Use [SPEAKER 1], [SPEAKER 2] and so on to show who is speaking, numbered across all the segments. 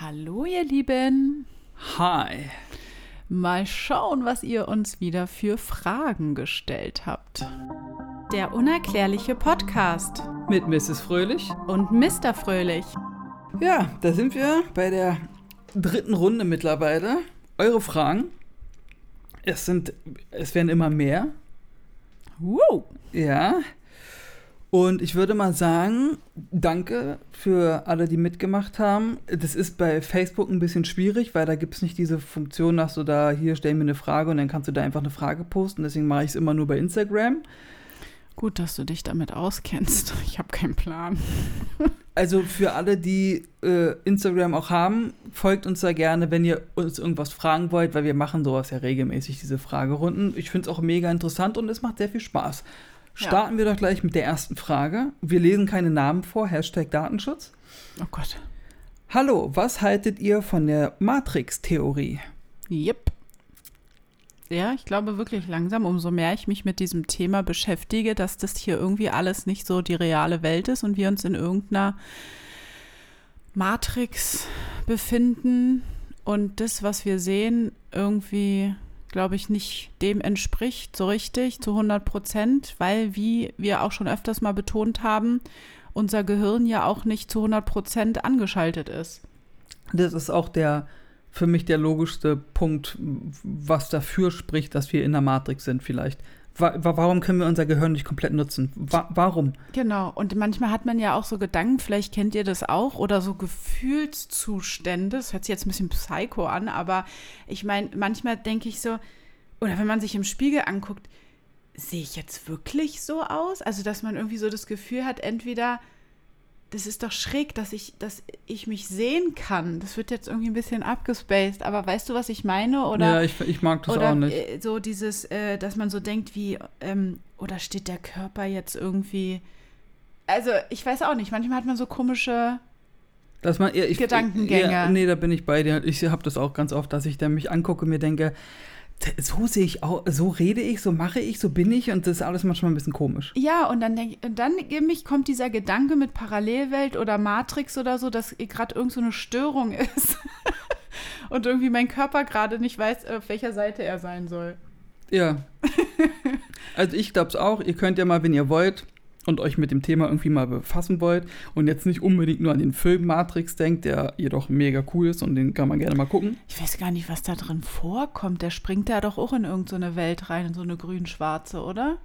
[SPEAKER 1] Hallo, ihr Lieben.
[SPEAKER 2] Hi.
[SPEAKER 1] Mal schauen, was ihr uns wieder für Fragen gestellt habt. Der unerklärliche Podcast
[SPEAKER 2] Mit Mrs. Fröhlich.
[SPEAKER 1] und Mr. Fröhlich.
[SPEAKER 2] Ja, da sind wir bei der dritten Runde mittlerweile. Eure Fragen. Es sind, es werden immer mehr.
[SPEAKER 1] Wow.
[SPEAKER 2] Ja. Und ich würde mal sagen, danke für alle, die mitgemacht haben. Das ist bei Facebook ein bisschen schwierig, weil da gibt es nicht diese Funktion, dass du da hier stell mir eine Frage und dann kannst du da einfach eine Frage posten. Deswegen mache ich es immer nur bei Instagram.
[SPEAKER 1] Gut, dass du dich damit auskennst. Ich habe keinen Plan.
[SPEAKER 2] Also für alle, die äh, Instagram auch haben, folgt uns da gerne, wenn ihr uns irgendwas fragen wollt, weil wir machen sowas ja regelmäßig, diese Fragerunden. Ich finde es auch mega interessant und es macht sehr viel Spaß.
[SPEAKER 1] Ja.
[SPEAKER 2] Starten wir doch gleich mit der ersten Frage. Wir lesen keine Namen vor, Hashtag Datenschutz.
[SPEAKER 1] Oh Gott.
[SPEAKER 2] Hallo, was haltet ihr von der Matrix-Theorie?
[SPEAKER 1] Yep. Ja, ich glaube wirklich langsam, umso mehr ich mich mit diesem Thema beschäftige, dass das hier irgendwie alles nicht so die reale Welt ist und wir uns in irgendeiner Matrix befinden und das, was wir sehen, irgendwie, glaube ich, nicht dem entspricht so richtig zu 100 Prozent, weil, wie wir auch schon öfters mal betont haben, unser Gehirn ja auch nicht zu 100 Prozent angeschaltet ist.
[SPEAKER 2] Das ist auch der für mich der logischste Punkt, was dafür spricht, dass wir in der Matrix sind vielleicht. Wa wa- warum können wir unser Gehirn nicht komplett nutzen? Wa warum?
[SPEAKER 1] Genau, und manchmal hat man ja auch so Gedanken, vielleicht kennt ihr das auch, oder so Gefühlszustände. Das hört sich jetzt ein bisschen psycho an, aber ich meine, manchmal denke ich so, oder wenn man sich im Spiegel anguckt, sehe ich jetzt wirklich so aus? Also, dass man irgendwie so das Gefühl hat, entweder, das ist doch schräg, dass ich, dass ich mich sehen kann. Das wird jetzt irgendwie ein bisschen abgespaced, aber weißt du, was ich meine? Oder
[SPEAKER 2] ja, ich, ich mag das
[SPEAKER 1] oder
[SPEAKER 2] auch nicht.
[SPEAKER 1] äh, so dieses, äh, dass man so denkt wie, ähm, oder steht der Körper jetzt irgendwie. Also ich weiß auch nicht, manchmal hat man so komische.
[SPEAKER 2] Dass man, ja, ich,
[SPEAKER 1] Gedankengänge.
[SPEAKER 2] Ja, nee, da bin ich bei dir. Ich habe das auch ganz oft, dass ich dann mich angucke und mir denke, t- so sehe ich auch, so rede ich, so mache ich, so bin ich und das ist alles manchmal ein bisschen komisch.
[SPEAKER 1] Ja, und dann denk, und dann in mich kommt dieser Gedanke mit Parallelwelt oder Matrix oder so, dass gerade irgend so eine Störung ist. und irgendwie mein Körper gerade nicht weiß, auf welcher Seite er sein soll.
[SPEAKER 2] Ja. also ich glaube es auch. Ihr könnt ja mal, wenn ihr wollt und euch mit dem Thema irgendwie mal befassen wollt und jetzt nicht unbedingt nur an den Film Matrix denkt, der jedoch mega cool ist und den kann man gerne mal gucken.
[SPEAKER 1] Ich weiß gar nicht, was da drin vorkommt. Der springt da doch auch in irgendeine Welt rein, in so eine grün-schwarze, oder?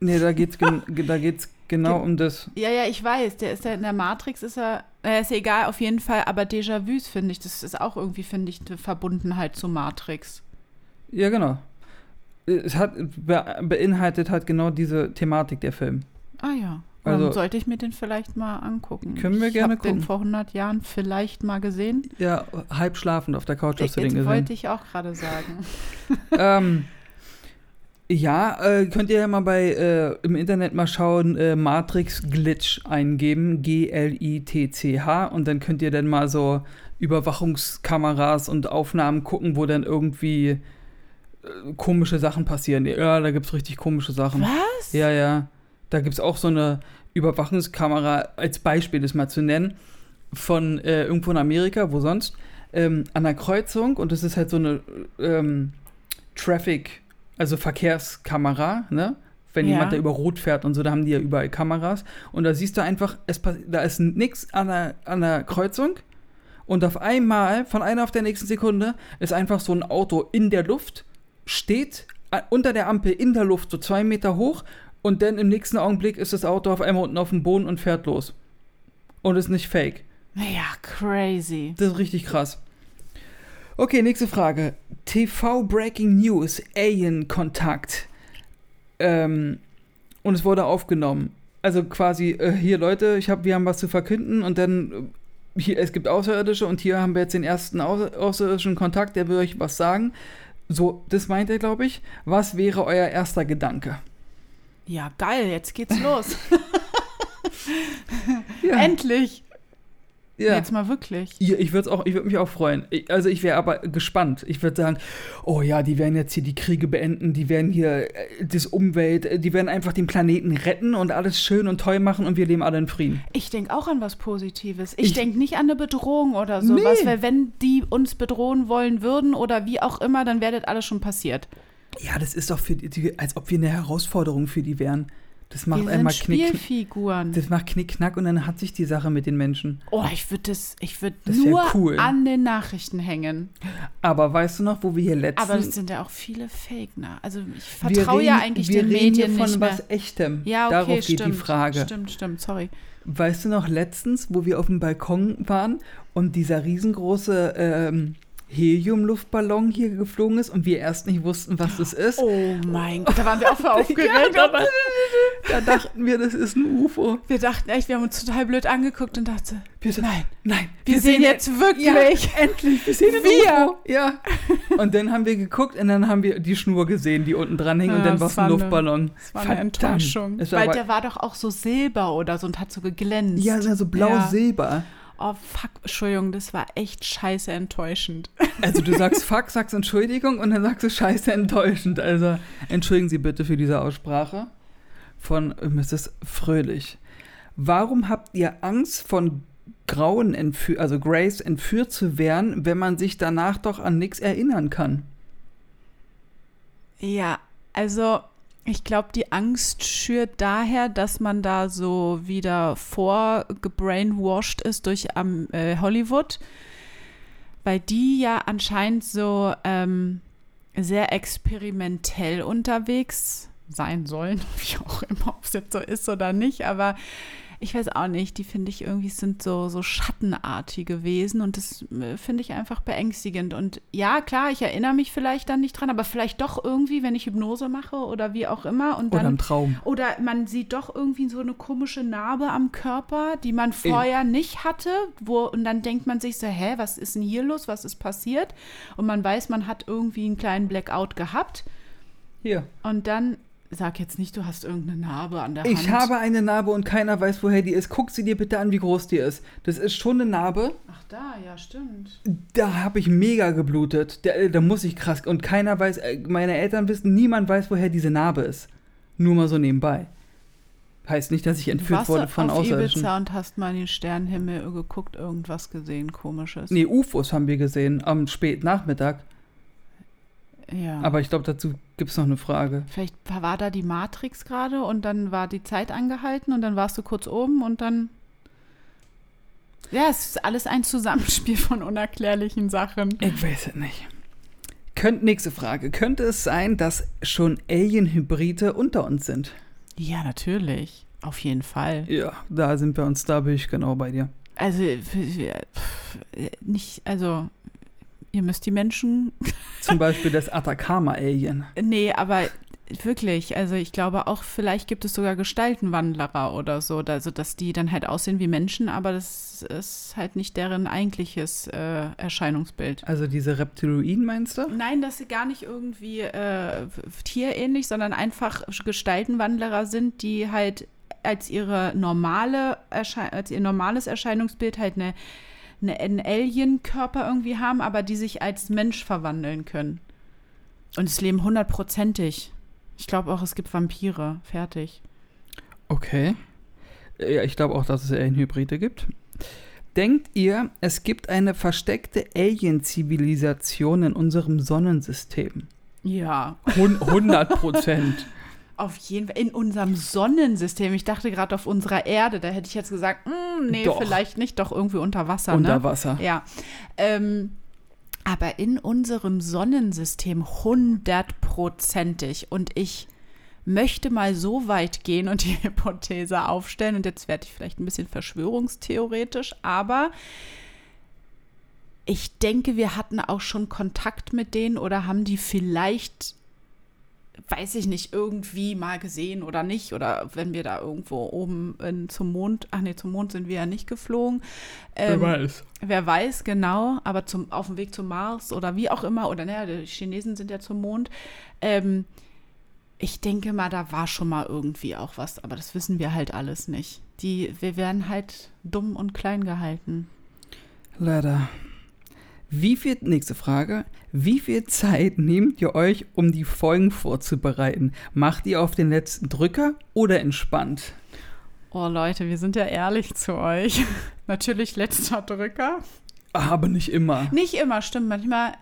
[SPEAKER 2] Nee, da geht's, gen da geht's genau um das.
[SPEAKER 1] Ja, ja, ich weiß. Der ist ja in der Matrix, ist er. Naja, ist ja egal, auf jeden Fall. Aber Déjà-vus, finde ich, das ist auch irgendwie, finde ich, eine Verbundenheit zu Matrix.
[SPEAKER 2] Ja, genau. Es hat be beinhaltet halt genau diese Thematik der Film.
[SPEAKER 1] Ah ja. Dann
[SPEAKER 2] Also-
[SPEAKER 1] sollte ich mir den vielleicht mal angucken.
[SPEAKER 2] Können wir gerne
[SPEAKER 1] ich habe den
[SPEAKER 2] gucken.
[SPEAKER 1] vor 100 Jahren vielleicht mal gesehen.
[SPEAKER 2] Ja, halb schlafend auf der Couch hast
[SPEAKER 1] Jetzt
[SPEAKER 2] du den gesehen.
[SPEAKER 1] wollte ich auch gerade sagen.
[SPEAKER 2] Ähm, ja, äh, könnt ihr ja mal bei äh, im Internet mal schauen, äh, Matrix Glitch eingeben, G-L-I-T-C-H und dann könnt ihr dann mal so Überwachungskameras und Aufnahmen gucken, wo dann irgendwie äh, komische Sachen passieren. Ja, da gibt's richtig komische Sachen.
[SPEAKER 1] Was?
[SPEAKER 2] Ja, ja. Da gibt es auch so eine Überwachungskamera, als Beispiel das mal zu nennen, von äh, irgendwo in Amerika, wo sonst, ähm, an der Kreuzung und das ist halt so eine ähm, Traffic, also Verkehrskamera, ne? Wenn
[SPEAKER 1] Ja.
[SPEAKER 2] jemand da über Rot fährt und so, da haben die ja überall Kameras. Und da siehst du einfach, es pass- da ist nichts an der, an der Kreuzung. Und auf einmal, von einer auf der nächsten Sekunde, ist einfach so ein Auto in der Luft, steht a- unter der Ampel in der Luft, so zwei Meter hoch, und dann im nächsten Augenblick ist das Auto auf einmal unten auf dem Boden und fährt los. Und ist nicht fake.
[SPEAKER 1] Naja, crazy.
[SPEAKER 2] Das ist richtig krass. Okay, nächste Frage. TV Breaking News, Alien-Kontakt. Ähm, und es wurde aufgenommen. Also quasi, äh, hier Leute, ich hab, wir haben was zu verkünden und dann, äh, hier, es gibt Außerirdische und hier haben wir jetzt den ersten Au außerirdischen Kontakt, der will euch was sagen. So, das meint er, glaube ich. Was wäre euer erster Gedanke?
[SPEAKER 1] Ja, geil, jetzt geht's los.
[SPEAKER 2] Ja.
[SPEAKER 1] Endlich.
[SPEAKER 2] Ja.
[SPEAKER 1] Jetzt mal wirklich.
[SPEAKER 2] Ja, ich würde auch, ich würde mich auch freuen. Ich, also ich wäre aber gespannt. Ich würde sagen, oh ja, die werden jetzt hier die Kriege beenden, die werden hier äh, das Umwelt, äh, die werden einfach den Planeten retten und alles schön und toll machen und wir leben alle in Frieden.
[SPEAKER 1] Ich denke auch an was Positives. Ich,
[SPEAKER 2] Ich-
[SPEAKER 1] denke nicht an eine Bedrohung oder sowas,
[SPEAKER 2] Nee.
[SPEAKER 1] weil wenn die uns bedrohen wollen würden oder wie auch immer, dann wäre das alles schon passiert.
[SPEAKER 2] Ja, das ist doch für die- die, als ob wir eine Herausforderung für die wären. Das
[SPEAKER 1] Die
[SPEAKER 2] macht
[SPEAKER 1] sind
[SPEAKER 2] einmal knick, knick,
[SPEAKER 1] Spielfiguren.
[SPEAKER 2] das macht knick knack und dann hat sich die Sache mit den Menschen.
[SPEAKER 1] Oh, ich würde das, ich würde
[SPEAKER 2] Das wär
[SPEAKER 1] nur
[SPEAKER 2] cool.
[SPEAKER 1] an den Nachrichten hängen.
[SPEAKER 2] Aber weißt du noch, wo wir hier letztens
[SPEAKER 1] Aber es sind ja auch viele Fake, ne? Also ich
[SPEAKER 2] Wir
[SPEAKER 1] vertraue ja
[SPEAKER 2] reden-
[SPEAKER 1] eigentlich
[SPEAKER 2] wir
[SPEAKER 1] den
[SPEAKER 2] reden hier
[SPEAKER 1] Medien
[SPEAKER 2] von
[SPEAKER 1] nicht
[SPEAKER 2] was
[SPEAKER 1] mehr.
[SPEAKER 2] echtem.
[SPEAKER 1] Ja, okay,
[SPEAKER 2] Darauf geht
[SPEAKER 1] stimmt.
[SPEAKER 2] die Frage.
[SPEAKER 1] Stimmt, stimmt, sorry.
[SPEAKER 2] Weißt du noch letztens, wo wir auf dem Balkon waren und dieser riesengroße ähm, Helium-Luftballon hier geflogen ist und wir erst nicht wussten, was das ist?
[SPEAKER 1] Oh mein Gott, da waren wir auch voll aufgeregt.
[SPEAKER 2] Ja,
[SPEAKER 1] aber
[SPEAKER 2] Da dachten wir, das ist ein UFO.
[SPEAKER 1] wir dachten echt, wir haben uns total blöd angeguckt und dachten,
[SPEAKER 2] Wir so,
[SPEAKER 1] nein,
[SPEAKER 2] nein,
[SPEAKER 1] wir, sehen jetzt wirklich.
[SPEAKER 2] Ja, endlich, wir sehen ein
[SPEAKER 1] Wir.
[SPEAKER 2] UFO. Ja. Und dann haben wir geguckt und dann haben wir die Schnur gesehen, die unten dran hing
[SPEAKER 1] Ja,
[SPEAKER 2] und dann war
[SPEAKER 1] das
[SPEAKER 2] es ein
[SPEAKER 1] war eine-
[SPEAKER 2] Luftballon.
[SPEAKER 1] Das war eine
[SPEAKER 2] Verdammt.
[SPEAKER 1] Enttäuschung.
[SPEAKER 2] Es war
[SPEAKER 1] Weil
[SPEAKER 2] aber,
[SPEAKER 1] der war doch auch so silber oder so und hat so geglänzt.
[SPEAKER 2] ja, so blau-silber.
[SPEAKER 1] Oh, fuck, Entschuldigung, das war echt scheiße enttäuschend.
[SPEAKER 2] Also du sagst Fuck, sagst Entschuldigung und dann sagst du Scheiße enttäuschend. Also entschuldigen Sie bitte für diese Aussprache von Mrs. Fröhlich. Warum habt ihr Angst von Grauen, entfü also Grace entführt zu werden, wenn man sich danach doch an nichts erinnern kann?
[SPEAKER 1] Ja, also ich glaube, die Angst schürt daher, dass man da so wieder vorgebrainwashed ist durch am, äh, Hollywood, weil die ja anscheinend so ähm, sehr experimentell unterwegs sein sollen, wie auch immer, ob es jetzt so ist oder nicht, aber ich weiß auch nicht, die finde ich irgendwie sind so, so schattenartige Wesen und das äh, finde ich einfach beängstigend. Und ja, klar, ich erinnere mich vielleicht dann nicht dran, aber vielleicht doch irgendwie, wenn ich Hypnose mache oder wie auch immer. Und
[SPEAKER 2] Oder
[SPEAKER 1] dann,
[SPEAKER 2] im Traum?
[SPEAKER 1] oder man sieht doch irgendwie so eine komische Narbe am Körper, die man vorher nicht hatte, wo und dann denkt man sich so, hä, was ist denn hier los, was ist passiert? Und man weiß, man hat irgendwie einen kleinen Blackout gehabt
[SPEAKER 2] Hier.
[SPEAKER 1] und dann sag jetzt nicht, du hast irgendeine Narbe an der Hand.
[SPEAKER 2] Ich habe eine Narbe und keiner weiß, woher die ist. Guck sie dir bitte an, wie groß die ist. Das ist schon eine Narbe.
[SPEAKER 1] Ach da, ja, stimmt.
[SPEAKER 2] Da habe ich mega geblutet. Da, da muss ich krass. Und keiner weiß, äh, meine Eltern wissen, niemand weiß, woher diese Narbe ist. Nur mal so nebenbei. Heißt nicht, dass ich
[SPEAKER 1] Du
[SPEAKER 2] entführt
[SPEAKER 1] warst
[SPEAKER 2] wurde von
[SPEAKER 1] auf
[SPEAKER 2] Außerirdischen.
[SPEAKER 1] Ibiza und hast mal in den Sternenhimmel geguckt, irgendwas gesehen, komisches.
[SPEAKER 2] Nee, UFOs haben wir gesehen am Spätnachmittag.
[SPEAKER 1] Ja.
[SPEAKER 2] Aber ich glaube, dazu gibt es noch eine Frage.
[SPEAKER 1] Vielleicht war da die Matrix gerade und dann war die Zeit angehalten und dann warst du kurz oben und dann. Ja, es ist alles ein Zusammenspiel von unerklärlichen Sachen.
[SPEAKER 2] Ich weiß es nicht. Könnt, nächste Frage. Könnte es sein, dass schon Alien-Hybride unter uns sind?
[SPEAKER 1] Ja, natürlich. Auf jeden Fall.
[SPEAKER 2] Ja, da sind wir uns, da bin ich genau bei dir.
[SPEAKER 1] Also, pff, nicht, also, ihr müsst die Menschen
[SPEAKER 2] Zum Beispiel das Atacama-Alien.
[SPEAKER 1] Nee, aber wirklich, also ich glaube auch, vielleicht gibt es sogar Gestaltenwanderer oder so, da- also dass die dann halt aussehen wie Menschen, aber das ist halt nicht deren eigentliches äh, Erscheinungsbild.
[SPEAKER 2] Also diese Reptiloiden meinst du?
[SPEAKER 1] Nein, dass sie gar nicht irgendwie äh, tierähnlich, sondern einfach Gestaltenwanderer sind, die halt als ihre normale Erschei- als ihr normales Erscheinungsbild halt eine, eine, einen Alien-Körper irgendwie haben, aber die sich als Mensch verwandeln können. Und es leben hundertprozentig. Ich glaube auch, es gibt Vampire. Fertig.
[SPEAKER 2] Okay. Äh, Ja, ich glaube auch, dass es Alien-Hybride gibt. Denkt ihr, es gibt eine versteckte Alien-Zivilisation in unserem Sonnensystem?
[SPEAKER 1] Ja,
[SPEAKER 2] Hun 100 Prozent.
[SPEAKER 1] auf jeden Fall. In unserem Sonnensystem. Ich dachte gerade auf unserer Erde. Da hätte ich jetzt gesagt, mm, nee,
[SPEAKER 2] Doch.
[SPEAKER 1] vielleicht nicht. Doch irgendwie unter Wasser. ne?
[SPEAKER 2] unter Wasser.
[SPEAKER 1] Ja. Ähm, aber in unserem Sonnensystem hundertprozentig. Und ich möchte mal so weit gehen und die Hypothese aufstellen. Und jetzt werde ich vielleicht ein bisschen verschwörungstheoretisch, aber ich denke, wir hatten auch schon Kontakt mit denen oder haben die vielleicht, weiß ich nicht, irgendwie mal gesehen oder nicht. Oder wenn wir da irgendwo oben in, zum Mond, ach nee, zum Mond sind wir ja nicht geflogen. Ähm,
[SPEAKER 2] weiß.
[SPEAKER 1] Wer weiß genau, aber zum, auf dem Weg zum Mars oder wie auch immer, oder naja, die Chinesen sind ja zum Mond. Ähm, ich denke mal, da war schon mal irgendwie auch was, aber das wissen wir halt alles nicht. Die, wir werden halt dumm und klein gehalten.
[SPEAKER 2] Leider. Wie viel, nächste Frage. Wie viel Zeit nehmt ihr euch, um die Folgen vorzubereiten? Macht ihr auf den letzten Drücker oder entspannt?
[SPEAKER 1] Oh Leute, wir sind ja ehrlich zu euch. Natürlich letzter Drücker.
[SPEAKER 2] Ah, Aber nicht immer.
[SPEAKER 1] Nicht immer, stimmt. Manchmal,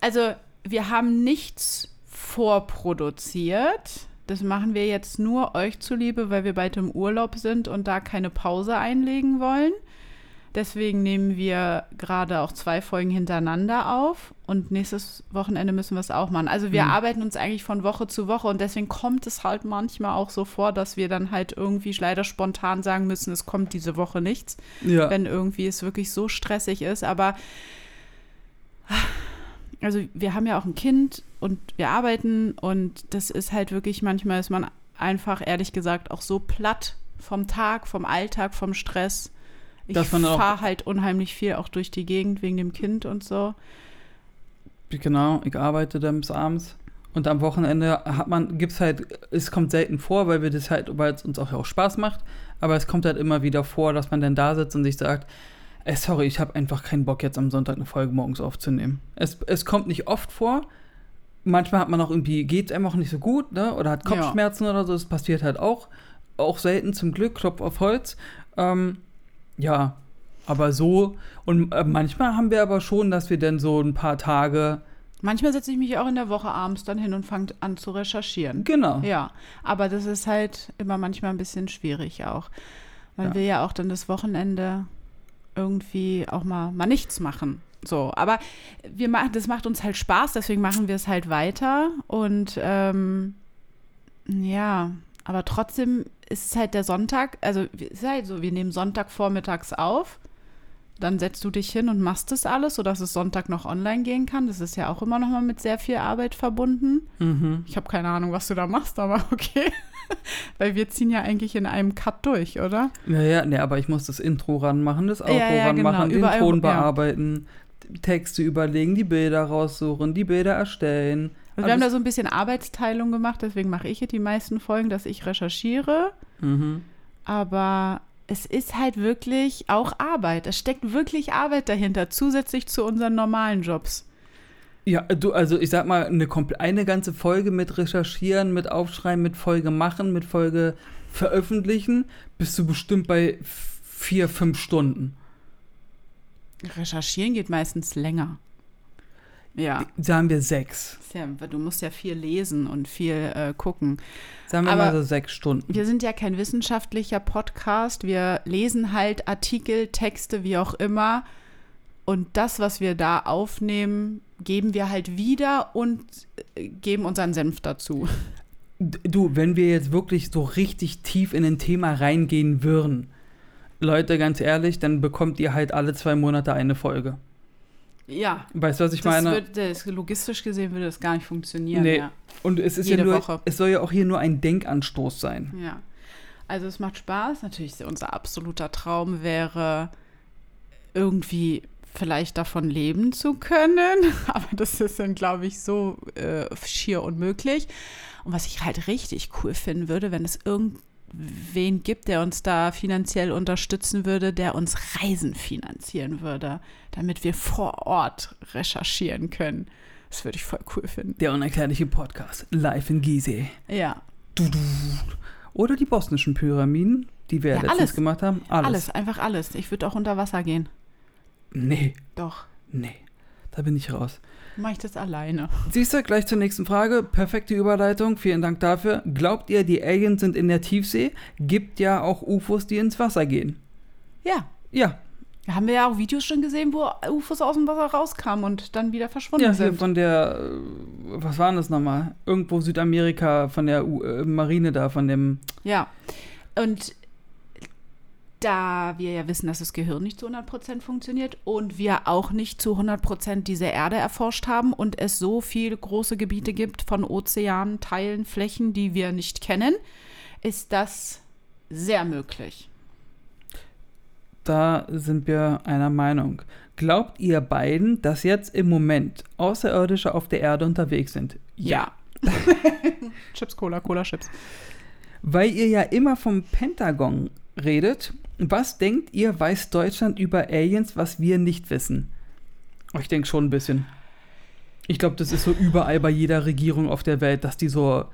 [SPEAKER 1] also wir haben nichts vorproduziert. Das machen wir jetzt nur euch zuliebe, weil wir beide im Urlaub sind und da keine Pause einlegen wollen. Deswegen nehmen wir gerade auch zwei Folgen hintereinander auf und nächstes Wochenende müssen wir es auch machen. Also wir arbeiten uns eigentlich von Woche zu Woche und deswegen kommt es halt manchmal auch so vor, dass wir dann halt irgendwie leider spontan sagen müssen, es kommt diese Woche nichts,
[SPEAKER 2] Ja.
[SPEAKER 1] wenn irgendwie es wirklich so stressig ist. Aber also wir haben ja auch ein Kind und wir arbeiten und das ist halt wirklich manchmal ist man einfach ehrlich gesagt auch so platt vom Tag, vom Alltag, vom Stress. Ich
[SPEAKER 2] Dass man auch-
[SPEAKER 1] fahre halt unheimlich viel auch durch die Gegend wegen dem Kind und so.
[SPEAKER 2] Genau, ich arbeite dann bis abends. Und am Wochenende hat man, gibt's halt, es kommt selten vor, weil wir das halt, weil es uns auch, auch Spaß macht, aber es kommt halt immer wieder vor, dass man dann da sitzt und sich sagt, ey, sorry, ich habe einfach keinen Bock, jetzt am Sonntag eine Folge morgens aufzunehmen. Es, es kommt nicht oft vor. Manchmal hat man auch irgendwie, geht's einem auch nicht so gut, ne? Oder hat
[SPEAKER 1] Ja.
[SPEAKER 2] Kopfschmerzen oder so, das passiert halt auch. Auch selten zum Glück, Klopf auf Holz. Ähm, ja, aber so. Und äh, manchmal haben wir aber schon, dass wir dann so ein paar Tage
[SPEAKER 1] Manchmal setze ich mich auch in der Woche abends dann hin und fange an zu recherchieren.
[SPEAKER 2] Genau.
[SPEAKER 1] Ja, aber das ist halt immer manchmal ein bisschen schwierig auch. Man
[SPEAKER 2] Ja.
[SPEAKER 1] will ja auch dann das Wochenende irgendwie auch mal, mal nichts machen. So, aber wir machen, das macht uns halt Spaß, deswegen machen wir es halt weiter. Und ähm, ja, aber trotzdem ist es halt der Sonntag, also wir- es ist halt so, wir nehmen Sonntag vormittags auf, dann setzt du dich hin und machst das alles, sodass es Sonntag noch online gehen kann. Das ist ja auch immer noch mal mit sehr viel Arbeit verbunden. Ich habe keine Ahnung, was du da machst, aber okay. Weil wir ziehen ja eigentlich in einem Cut durch, oder?
[SPEAKER 2] Naja, nee, aber ich muss das Intro ranmachen, das Outro
[SPEAKER 1] Ja, ja, genau,
[SPEAKER 2] ranmachen, den
[SPEAKER 1] überall-
[SPEAKER 2] Ton
[SPEAKER 1] ja.
[SPEAKER 2] bearbeiten, Texte überlegen, die Bilder raussuchen, die Bilder erstellen.
[SPEAKER 1] Also wir haben da
[SPEAKER 2] Alles-
[SPEAKER 1] so ein bisschen Arbeitsteilung gemacht, deswegen mache ich hier die meisten Folgen, dass ich recherchiere.
[SPEAKER 2] mhm.
[SPEAKER 1] Aber es ist halt wirklich auch Arbeit. Es steckt wirklich Arbeit dahinter, zusätzlich zu unseren normalen Jobs.
[SPEAKER 2] Ja, du, also ich sag mal, eine, komple- eine ganze Folge mit recherchieren, mit aufschreiben, mit Folge machen, mit Folge veröffentlichen, bist du bestimmt bei f- vier, fünf Stunden.
[SPEAKER 1] Recherchieren geht meistens länger. Ja.
[SPEAKER 2] Sagen wir sechs.
[SPEAKER 1] Ist ja- Du musst ja viel lesen und viel äh, gucken.
[SPEAKER 2] Sagen wir
[SPEAKER 1] Aber-
[SPEAKER 2] mal so sechs Stunden.
[SPEAKER 1] Wir sind ja kein wissenschaftlicher Podcast. Wir lesen halt Artikel, Texte, wie auch immer. Und das, was wir da aufnehmen, geben wir halt wieder und äh, geben unseren Senf dazu.
[SPEAKER 2] D- Du, wenn wir jetzt wirklich so richtig tief in ein Thema reingehen würden, Leute, ganz ehrlich, dann bekommt ihr halt alle zwei Monate eine Folge.
[SPEAKER 1] Ja.
[SPEAKER 2] Weißt du, was ich
[SPEAKER 1] das
[SPEAKER 2] meine?
[SPEAKER 1] Wird, das, logistisch gesehen würde das gar nicht funktionieren.
[SPEAKER 2] Nee.
[SPEAKER 1] Ja.
[SPEAKER 2] Und es ist ja
[SPEAKER 1] jede
[SPEAKER 2] nur,
[SPEAKER 1] Woche.
[SPEAKER 2] es soll ja auch hier nur ein Denkanstoß sein.
[SPEAKER 1] ja. Also es macht Spaß. Natürlich ist unser absoluter Traum wäre, irgendwie vielleicht davon leben zu können. Aber das ist dann, glaube ich, so äh, schier unmöglich. Und was ich halt richtig cool finden würde, wenn es irgendwen gibt, der uns da finanziell unterstützen würde, der uns Reisen finanzieren würde, damit wir vor Ort recherchieren können. Das würde ich voll cool finden.
[SPEAKER 2] Der unerklärliche Podcast, live in Gizeh.
[SPEAKER 1] Ja,
[SPEAKER 2] Oder die bosnischen Pyramiden, die wir ja,
[SPEAKER 1] Ja,
[SPEAKER 2] letztens
[SPEAKER 1] alles.
[SPEAKER 2] gemacht haben.
[SPEAKER 1] alles,
[SPEAKER 2] Alles.
[SPEAKER 1] einfach alles. Ich würde auch unter Wasser gehen.
[SPEAKER 2] Nee,
[SPEAKER 1] Doch,
[SPEAKER 2] nee. Da bin ich raus.
[SPEAKER 1] mache ich das alleine.
[SPEAKER 2] Siehst du, gleich zur nächsten Frage. Perfekte Überleitung. Vielen Dank dafür. Glaubt ihr, die Aliens sind in der Tiefsee? Gibt ja auch UFOs, die ins Wasser gehen.
[SPEAKER 1] Ja,
[SPEAKER 2] Ja,
[SPEAKER 1] haben wir ja auch Videos schon gesehen, wo UFOs aus dem Wasser rauskamen und dann wieder verschwunden
[SPEAKER 2] ja hier
[SPEAKER 1] sind.
[SPEAKER 2] von der, äh, was waren das nochmal? Irgendwo Südamerika, von der U äh, Marine da, von dem.
[SPEAKER 1] Ja. Und da wir ja wissen, dass das Gehirn nicht zu 100% funktioniert und wir auch nicht zu 100% diese Erde erforscht haben und es so viele große Gebiete gibt von Ozeanen, Teilen, Flächen, die wir nicht kennen, ist das sehr möglich.
[SPEAKER 2] Da sind wir einer Meinung. Glaubt ihr beiden, dass jetzt im Moment Außerirdische auf der Erde unterwegs sind?
[SPEAKER 1] Chips, Cola, Cola, Chips.
[SPEAKER 2] Weil ihr ja immer vom Pentagon redet, Was denkt ihr, weiß Deutschland über Aliens, was wir nicht wissen? Oh, Ich denke schon ein bisschen. Ich glaube, das ist so überall bei jeder Regierung auf der Welt, dass die so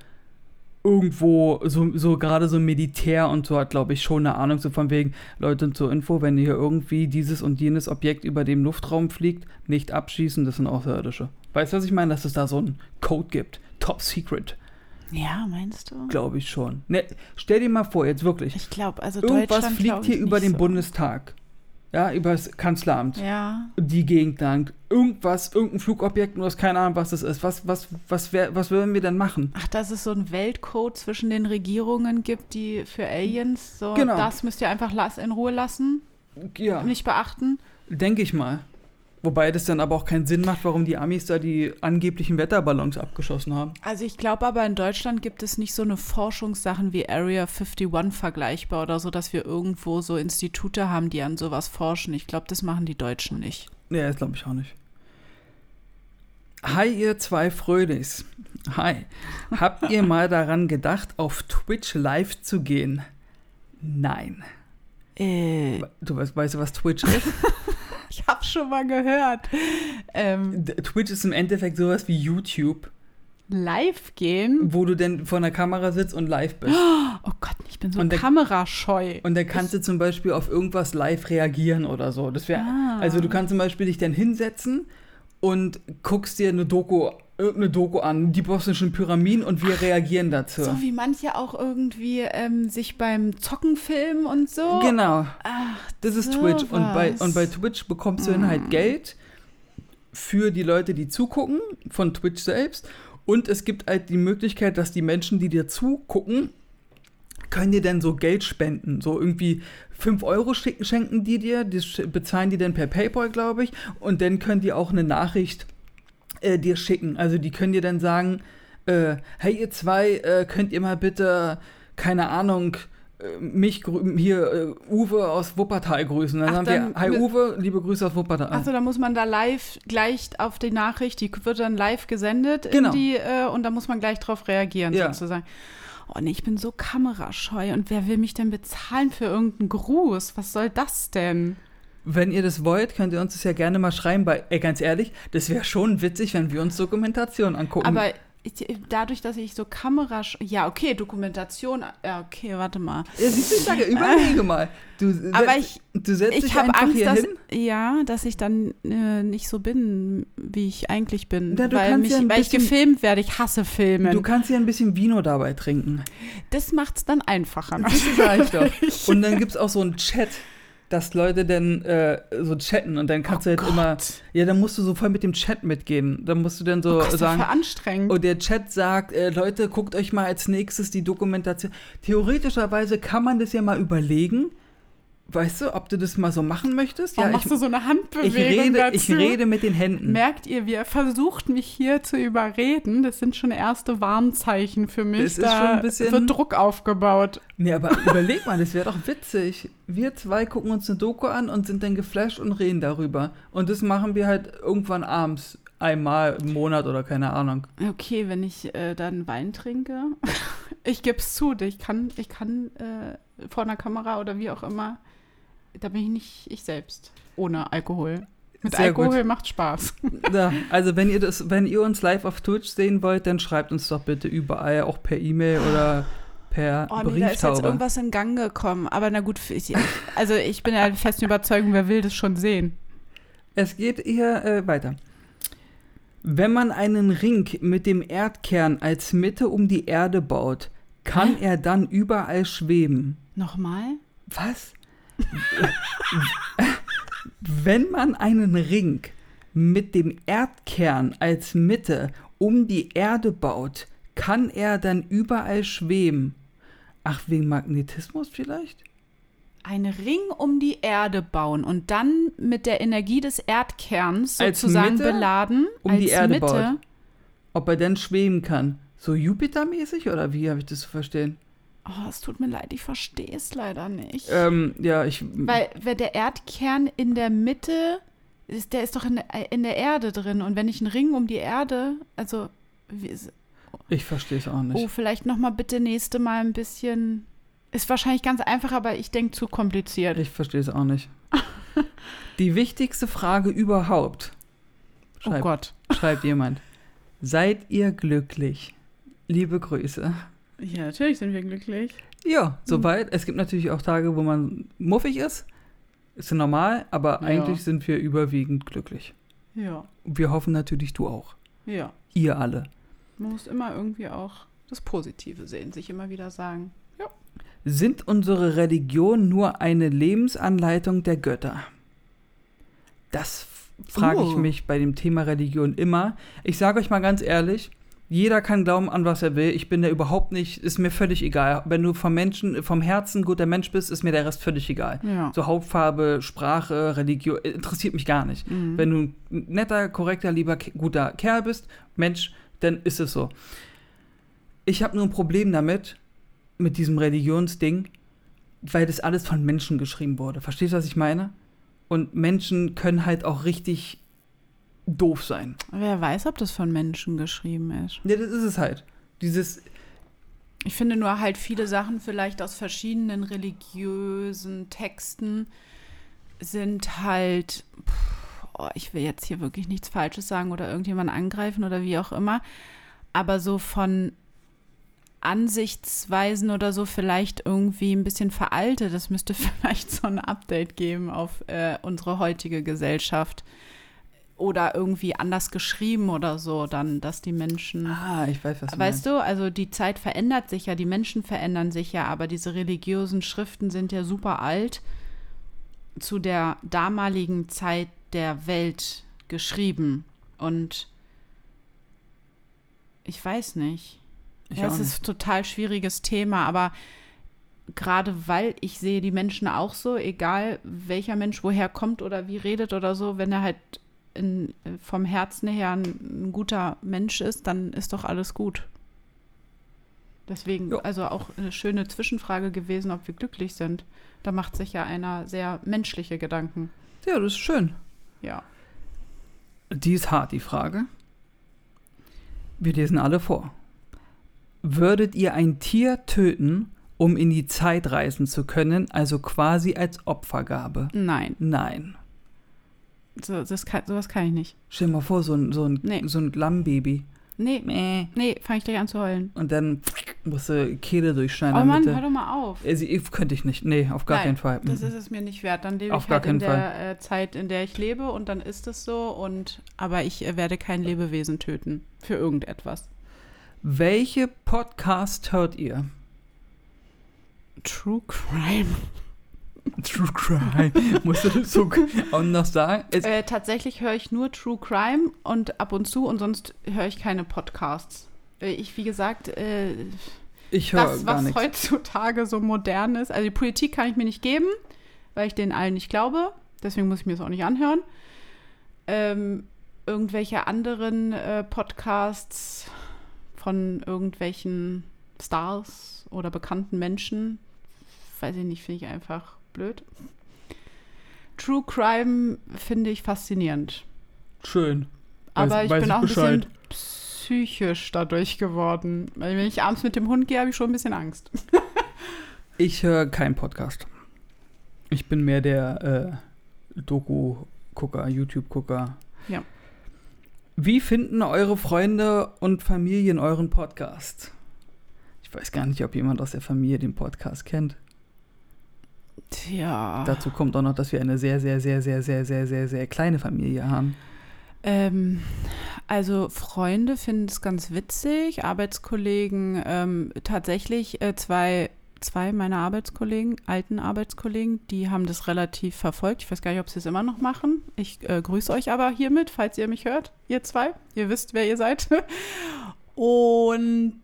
[SPEAKER 2] irgendwo, so, so gerade so Militär und so hat, glaube ich, schon eine Ahnung, so von wegen, Leute zur Info, wenn hier irgendwie dieses und jenes Objekt über dem Luftraum fliegt, nicht abschießen, das sind Außerirdische. Weißt du, was ich meine? Dass es da so einen Code gibt. Top Secret,
[SPEAKER 1] Ja, meinst du?
[SPEAKER 2] glaube ich schon. Ne, stell dir mal vor, jetzt wirklich.
[SPEAKER 1] Ich glaube, also
[SPEAKER 2] Irgendwas
[SPEAKER 1] Deutschland glaub
[SPEAKER 2] fliegt
[SPEAKER 1] ich
[SPEAKER 2] hier über
[SPEAKER 1] nicht
[SPEAKER 2] den
[SPEAKER 1] so.
[SPEAKER 2] Bundestag. Ja, über das Kanzleramt.
[SPEAKER 1] Ja.
[SPEAKER 2] Die Gegend lang. Irgendwas, irgendein Flugobjekt, nur hast keine Ahnung, was das ist. Was, was, was, wär, was würden wir denn machen?
[SPEAKER 1] Ach, dass es so einen Weltcode zwischen den Regierungen gibt, die für Aliens so,
[SPEAKER 2] Genau.
[SPEAKER 1] das müsst ihr einfach las in Ruhe lassen,
[SPEAKER 2] Ja,
[SPEAKER 1] nicht beachten.
[SPEAKER 2] denke ich mal. Wobei das dann aber auch keinen Sinn macht, warum die Amis da die angeblichen Wetterballons abgeschossen haben.
[SPEAKER 1] Also ich glaube aber, in Deutschland gibt es nicht so eine Forschungssachen wie Area 51 vergleichbar oder so, dass wir irgendwo so Institute haben, die an sowas forschen. Ich glaube, das machen die Deutschen nicht.
[SPEAKER 2] Nee, das glaube ich auch nicht. Hi, ihr zwei Fröhlichs. Hi. Habt ihr mal daran gedacht, auf Twitch live zu gehen? Nein.
[SPEAKER 1] Äh,
[SPEAKER 2] Du weißt, weißt du, was Twitch ist?
[SPEAKER 1] ich habe schon mal gehört. Ähm,
[SPEAKER 2] D- Twitch ist im Endeffekt sowas wie YouTube,
[SPEAKER 1] live gehen?
[SPEAKER 2] wo du denn vor einer Kamera sitzt und live bist.
[SPEAKER 1] Oh Gott, ich bin so
[SPEAKER 2] Und der-
[SPEAKER 1] kamerascheu.
[SPEAKER 2] Und dann kannst du zum Beispiel auf irgendwas live reagieren oder so. Das wäre,
[SPEAKER 1] Ah.
[SPEAKER 2] also du kannst zum Beispiel dich dann hinsetzen und guckst dir eine Doku, irgendeine Doku an, die bosnischen Pyramiden und wir reagieren dazu.
[SPEAKER 1] So wie manche auch irgendwie ähm, sich beim Zocken filmen und so. Ah,
[SPEAKER 2] Genau.
[SPEAKER 1] Ach,
[SPEAKER 2] Das ist Twitch. Und bei,
[SPEAKER 1] sowas.
[SPEAKER 2] und bei Twitch bekommst du dann halt Geld für die Leute, die zugucken, von Twitch selbst. Und es gibt halt die Möglichkeit, dass die Menschen, die dir zugucken, können dir dann so Geld spenden. So irgendwie 5 Euro schick- schenken die dir, das sch- bezahlen die dann per Paypal, glaube ich. Und dann können die auch eine Nachricht äh, dir schicken. Also die können dir dann sagen, äh, hey ihr zwei, äh, könnt ihr mal bitte, keine Ahnung, äh, mich grü- hier äh, Uwe aus Wuppertal grüßen. Dann
[SPEAKER 1] Ach,
[SPEAKER 2] sagen
[SPEAKER 1] dann ne-
[SPEAKER 2] wir, hi
[SPEAKER 1] mü-
[SPEAKER 2] Uwe, liebe Grüße aus Wuppertal.
[SPEAKER 1] Achso, also da muss man da live gleich auf die Nachricht, die wird dann live gesendet
[SPEAKER 2] Genau.
[SPEAKER 1] in die, äh, und da muss man gleich drauf reagieren
[SPEAKER 2] Ja.
[SPEAKER 1] sozusagen. Oh nee, ich bin so kamerascheu und wer will mich denn bezahlen für irgendeinen Gruß? Was soll das denn?
[SPEAKER 2] Wenn ihr das wollt, könnt ihr uns das ja gerne mal schreiben. Bei, ey, ganz ehrlich, das wäre schon witzig, wenn wir uns Dokumentationen angucken.
[SPEAKER 1] Aber ich, dadurch, dass ich so kamerascheu, ja okay, Dokumentation, ja okay, warte mal.
[SPEAKER 2] ja, siehst du, ich sage, überlege mal. Du,
[SPEAKER 1] Aber
[SPEAKER 2] setz- du setzt
[SPEAKER 1] Ich
[SPEAKER 2] dich
[SPEAKER 1] habe
[SPEAKER 2] einfach
[SPEAKER 1] Angst,
[SPEAKER 2] hier
[SPEAKER 1] dass,
[SPEAKER 2] hin.
[SPEAKER 1] ja, dass ich dann äh, nicht so bin, wie ich eigentlich bin.
[SPEAKER 2] Ja, du
[SPEAKER 1] weil
[SPEAKER 2] kannst
[SPEAKER 1] mich,
[SPEAKER 2] ja ein
[SPEAKER 1] weil ich
[SPEAKER 2] bisschen-
[SPEAKER 1] gefilmt werde. Ich hasse
[SPEAKER 2] Du
[SPEAKER 1] Filmen.
[SPEAKER 2] kannst hier ein bisschen Vino dabei trinken.
[SPEAKER 1] Das macht's dann einfacher.
[SPEAKER 2] Das sag ich doch. Und dann gibt es auch so einen Chat, dass Leute dann äh, so chatten und dann kannst
[SPEAKER 1] Oh
[SPEAKER 2] du halt immer. Ja, dann musst du so voll mit dem Chat mitgehen. Dann musst du dann so
[SPEAKER 1] Das Oh ist
[SPEAKER 2] sagen.
[SPEAKER 1] für anstrengend.
[SPEAKER 2] Und der Chat sagt, äh, Leute, guckt euch mal als nächstes die Dokumentation. Theoretischerweise kann man das ja mal überlegen. Weißt du, ob du das mal so machen möchtest?
[SPEAKER 1] Warum
[SPEAKER 2] ja,
[SPEAKER 1] Oh, machst du so eine
[SPEAKER 2] ich, ich,
[SPEAKER 1] Handbewegung
[SPEAKER 2] rede,
[SPEAKER 1] dazu?
[SPEAKER 2] ich rede mit den Händen.
[SPEAKER 1] Merkt ihr, wie er versucht, mich hier zu überreden? Das sind schon erste Warnzeichen für mich.
[SPEAKER 2] Das ist
[SPEAKER 1] da
[SPEAKER 2] schon ein bisschen-
[SPEAKER 1] wird Druck aufgebaut.
[SPEAKER 2] Nee, aber überleg mal, das wäre doch witzig. Wir zwei gucken uns eine Doku an und sind dann geflasht und reden darüber. Und das machen wir halt irgendwann abends. Einmal im Monat oder keine Ahnung.
[SPEAKER 1] Okay, wenn ich äh, dann Wein trinke, ich gebe es zu, ich kann, ich kann äh, vor einer Kamera oder wie auch immer, da bin ich nicht ich selbst. Ohne Alkohol. Mit
[SPEAKER 2] Sehr gut.
[SPEAKER 1] Alkohol macht Spaß.
[SPEAKER 2] Ja, also wenn ihr das, wenn ihr uns live auf Twitch sehen wollt, dann schreibt uns doch bitte überall, auch per E-Mail oder per
[SPEAKER 1] Oh nee, da ist jetzt
[SPEAKER 2] Brieftaube.
[SPEAKER 1] irgendwas in Gang gekommen. Aber na gut, ich, also ich bin ja der festen Überzeugung, wer will das schon sehen.
[SPEAKER 2] es geht hier äh, weiter. Wenn man einen Ring mit dem Erdkern als Mitte um die Erde baut, kann er dann überall schweben.
[SPEAKER 1] Nochmal?
[SPEAKER 2] Was? Wenn man einen Ring mit dem Erdkern als Mitte um die Erde baut, kann er dann überall schweben. Ach, wegen Magnetismus vielleicht?
[SPEAKER 1] Einen Ring um die Erde bauen und dann mit der Energie des Erdkerns
[SPEAKER 2] Als
[SPEAKER 1] sozusagen
[SPEAKER 2] Mitte
[SPEAKER 1] beladen.
[SPEAKER 2] um
[SPEAKER 1] als
[SPEAKER 2] die Erde
[SPEAKER 1] Mitte.
[SPEAKER 2] baut. Ob er denn schweben kann? So Jupitermäßig oder wie habe ich das zu verstehen?
[SPEAKER 1] Oh, es tut mir leid, ich verstehe es leider nicht.
[SPEAKER 2] Ähm, ja, ich.
[SPEAKER 1] Weil wenn der Erdkern in der Mitte ist, der ist doch in, der- in der Erde drin. Und wenn ich einen Ring um die Erde, also, wie ist,
[SPEAKER 2] Ich verstehe es auch nicht.
[SPEAKER 1] oh, vielleicht noch mal bitte nächste Mal ein bisschen Ist wahrscheinlich ganz einfach, aber ich denke zu kompliziert.
[SPEAKER 2] Ich verstehe es auch nicht. Die wichtigste Frage überhaupt,
[SPEAKER 1] oh
[SPEAKER 2] Schreib.
[SPEAKER 1] Gott.
[SPEAKER 2] schreibt jemand. Seid ihr glücklich? Liebe Grüße.
[SPEAKER 1] Ja, natürlich sind wir glücklich.
[SPEAKER 2] Ja, soweit. Es gibt natürlich auch Tage, wo man muffig ist. Ist ja normal, aber
[SPEAKER 1] Ja.
[SPEAKER 2] eigentlich sind wir überwiegend glücklich.
[SPEAKER 1] Ja,
[SPEAKER 2] Wir hoffen natürlich du auch.
[SPEAKER 1] ja.
[SPEAKER 2] Ihr alle.
[SPEAKER 1] Man muss immer irgendwie auch das Positive sehen, sich immer wieder sagen.
[SPEAKER 2] Sind unsere Religion nur eine Lebensanleitung der Götter? Das f- frage ich
[SPEAKER 1] Oh.
[SPEAKER 2] mich bei dem Thema Religion immer. Ich sage euch mal ganz ehrlich, jeder kann glauben an was er will. Ich bin da überhaupt nicht, ist mir völlig egal. Wenn du vom Menschen, vom Herzen guter Mensch bist, ist mir der Rest völlig egal.
[SPEAKER 1] Ja.
[SPEAKER 2] So Hautfarbe, Sprache, Religion, äh, interessiert mich gar nicht.
[SPEAKER 1] Mhm.
[SPEAKER 2] Wenn du ein netter, korrekter, lieber, Ke- guter Kerl bist, Mensch, dann ist es so. Ich habe nur ein Problem damit, mit diesem Religionsding, weil das alles von Menschen geschrieben wurde. Verstehst du, was ich meine? Und Menschen können halt auch richtig doof sein.
[SPEAKER 1] Wer weiß, ob das von Menschen geschrieben ist.
[SPEAKER 2] Ja, das ist es halt. Dieses,
[SPEAKER 1] Ich finde nur halt viele Sachen vielleicht aus verschiedenen religiösen Texten sind halt, pff, oh, ich will jetzt hier wirklich nichts Falsches sagen oder irgendjemanden angreifen oder wie auch immer, aber so von Ansichtsweisen oder so vielleicht irgendwie ein bisschen veraltet. Es müsste vielleicht so ein Update geben auf äh, unsere heutige Gesellschaft oder irgendwie anders geschrieben oder so, dann, dass die Menschen.
[SPEAKER 2] ah, ich weiß, was
[SPEAKER 1] Mhm.
[SPEAKER 2] du meinst.
[SPEAKER 1] Weißt du, also die Zeit verändert sich ja, die Menschen verändern sich ja, aber diese religiösen Schriften sind ja super alt zu der damaligen Zeit der Welt geschrieben. Und ich weiß nicht.
[SPEAKER 2] Ich
[SPEAKER 1] ja,
[SPEAKER 2] auch
[SPEAKER 1] es ist ein total schwieriges Thema, aber gerade weil ich sehe die Menschen auch so, egal welcher Mensch woher kommt oder wie redet oder so, wenn er halt in, vom Herzen her ein, ein guter Mensch ist, dann ist doch alles gut. Deswegen,
[SPEAKER 2] Jo.
[SPEAKER 1] also auch eine schöne Zwischenfrage gewesen, ob wir glücklich sind. Da macht sich ja einer sehr menschliche Gedanken.
[SPEAKER 2] nicht. ja, das ist schön.
[SPEAKER 1] Ja.
[SPEAKER 2] Die ist hart, die Frage. Wir lesen alle vor. Würdet ihr ein Tier töten, um in die Zeit reisen zu können, also quasi als Opfergabe?
[SPEAKER 1] Nein,
[SPEAKER 2] Nein.
[SPEAKER 1] so, das kann, sowas kann ich nicht.
[SPEAKER 2] Stell dir mal vor, so ein, so ein,
[SPEAKER 1] Nee.
[SPEAKER 2] so ein Lammbaby.
[SPEAKER 1] Nee,
[SPEAKER 2] Mäh.
[SPEAKER 1] nee, fange ich gleich an zu heulen.
[SPEAKER 2] Und dann musst du Kehle durchschneiden.
[SPEAKER 1] Oh Mann,
[SPEAKER 2] damit du-
[SPEAKER 1] hör doch mal auf.
[SPEAKER 2] also, ich- könnte ich nicht. Nee, auf gar
[SPEAKER 1] Nein,
[SPEAKER 2] keinen Fall.
[SPEAKER 1] Das
[SPEAKER 2] Mhm.
[SPEAKER 1] ist es mir nicht wert. Dann lebe
[SPEAKER 2] Auf
[SPEAKER 1] ich
[SPEAKER 2] gar
[SPEAKER 1] halt in
[SPEAKER 2] keinen
[SPEAKER 1] der äh, Zeit, in der ich lebe und dann ist es so. Und aber ich äh, werde kein Lebewesen töten für irgendetwas.
[SPEAKER 2] Welche Podcast hört ihr?
[SPEAKER 1] True Crime.
[SPEAKER 2] True Crime. musst du das so auch noch sagen? Es,
[SPEAKER 1] Äh, tatsächlich höre ich nur True Crime und ab und zu und sonst höre ich keine Podcasts. Äh, Ich, wie gesagt, äh,
[SPEAKER 2] ich höre
[SPEAKER 1] das,
[SPEAKER 2] gar
[SPEAKER 1] was
[SPEAKER 2] nichts.
[SPEAKER 1] heutzutage so modern ist, also die Politik kann ich mir nicht geben, weil ich denen allen nicht glaube. Deswegen muss ich mir das auch nicht anhören. Ähm, irgendwelche anderen äh, Podcasts von irgendwelchen Stars oder bekannten Menschen, weiß ich nicht, finde ich einfach blöd. True Crime finde ich faszinierend.
[SPEAKER 2] Schön.
[SPEAKER 1] Aber
[SPEAKER 2] Weiß-
[SPEAKER 1] ich
[SPEAKER 2] weiß
[SPEAKER 1] bin
[SPEAKER 2] ich
[SPEAKER 1] auch ein
[SPEAKER 2] Bescheid.
[SPEAKER 1] bisschen psychisch dadurch geworden. Weil wenn ich abends mit dem Hund gehe, habe ich schon ein bisschen Angst.
[SPEAKER 2] Ich höre keinen Podcast. Ich bin mehr der äh, Doku-Gucker, YouTube-Gucker.
[SPEAKER 1] Ja.
[SPEAKER 2] Wie finden eure Freunde und Familien euren Podcast? Ich weiß gar nicht, ob jemand aus der Familie den Podcast kennt.
[SPEAKER 1] Tja.
[SPEAKER 2] Dazu kommt auch noch, dass wir eine sehr, sehr, sehr, sehr, sehr, sehr, sehr, sehr kleine Familie haben.
[SPEAKER 1] Ähm, also Freunde finden es ganz witzig, Arbeitskollegen, ähm, tatsächlich äh, zwei, zwei meiner Arbeitskollegen, alten Arbeitskollegen, die haben das relativ verfolgt. Ich weiß gar nicht, ob sie es immer noch machen. Ich äh, grüße euch aber hiermit, falls ihr mich hört, ihr zwei. Ihr wisst, wer ihr seid. Und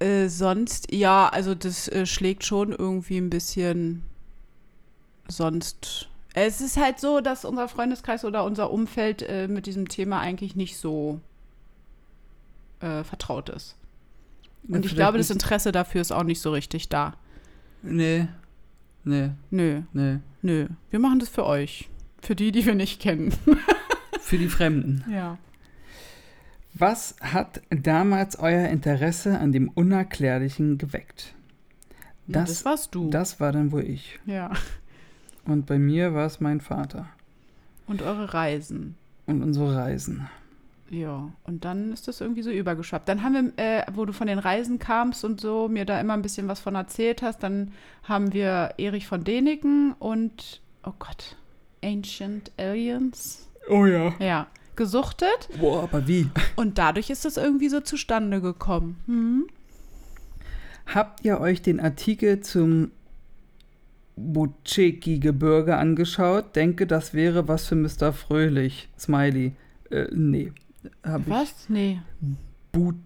[SPEAKER 1] äh, sonst, ja, also das äh, schlägt schon irgendwie ein bisschen sonst es ist halt so, dass unser Freundeskreis oder unser Umfeld äh, mit diesem Thema eigentlich nicht so äh, vertraut ist. Und ich
[SPEAKER 2] Vielleicht
[SPEAKER 1] glaube, das
[SPEAKER 2] nicht-
[SPEAKER 1] Interesse dafür ist auch nicht so richtig da.
[SPEAKER 2] Nee. Nee,
[SPEAKER 1] Nö,
[SPEAKER 2] nee.
[SPEAKER 1] nö. Wir machen das für euch. Für die, die wir nicht kennen.
[SPEAKER 2] Für die Fremden.
[SPEAKER 1] Ja.
[SPEAKER 2] Was hat damals euer Interesse an dem Unerklärlichen geweckt?
[SPEAKER 1] Ja, das warst du.
[SPEAKER 2] Das war dann wohl ich.
[SPEAKER 1] Ja.
[SPEAKER 2] Und bei mir war es mein Vater
[SPEAKER 1] Und eure Reisen.
[SPEAKER 2] und unsere Reisen.
[SPEAKER 1] Ja, und dann ist das irgendwie so übergeschwappt. Dann haben wir, äh, wo du von den Reisen kamst und so, mir da immer ein bisschen was von erzählt hast, dann haben wir Erich von Däniken und, oh Gott, Ancient Aliens,
[SPEAKER 2] Oh ja.
[SPEAKER 1] ja, gesuchtet.
[SPEAKER 2] Boah, aber wie?
[SPEAKER 1] Und dadurch ist das irgendwie so zustande gekommen. Hm?
[SPEAKER 2] Habt ihr euch den Artikel zum Buceki-Gebirge angeschaut? Denke, das wäre was für Mr. Fröhlich. Smiley. Äh, nee. Hab ich.
[SPEAKER 1] Was? Nee.
[SPEAKER 2] Buc-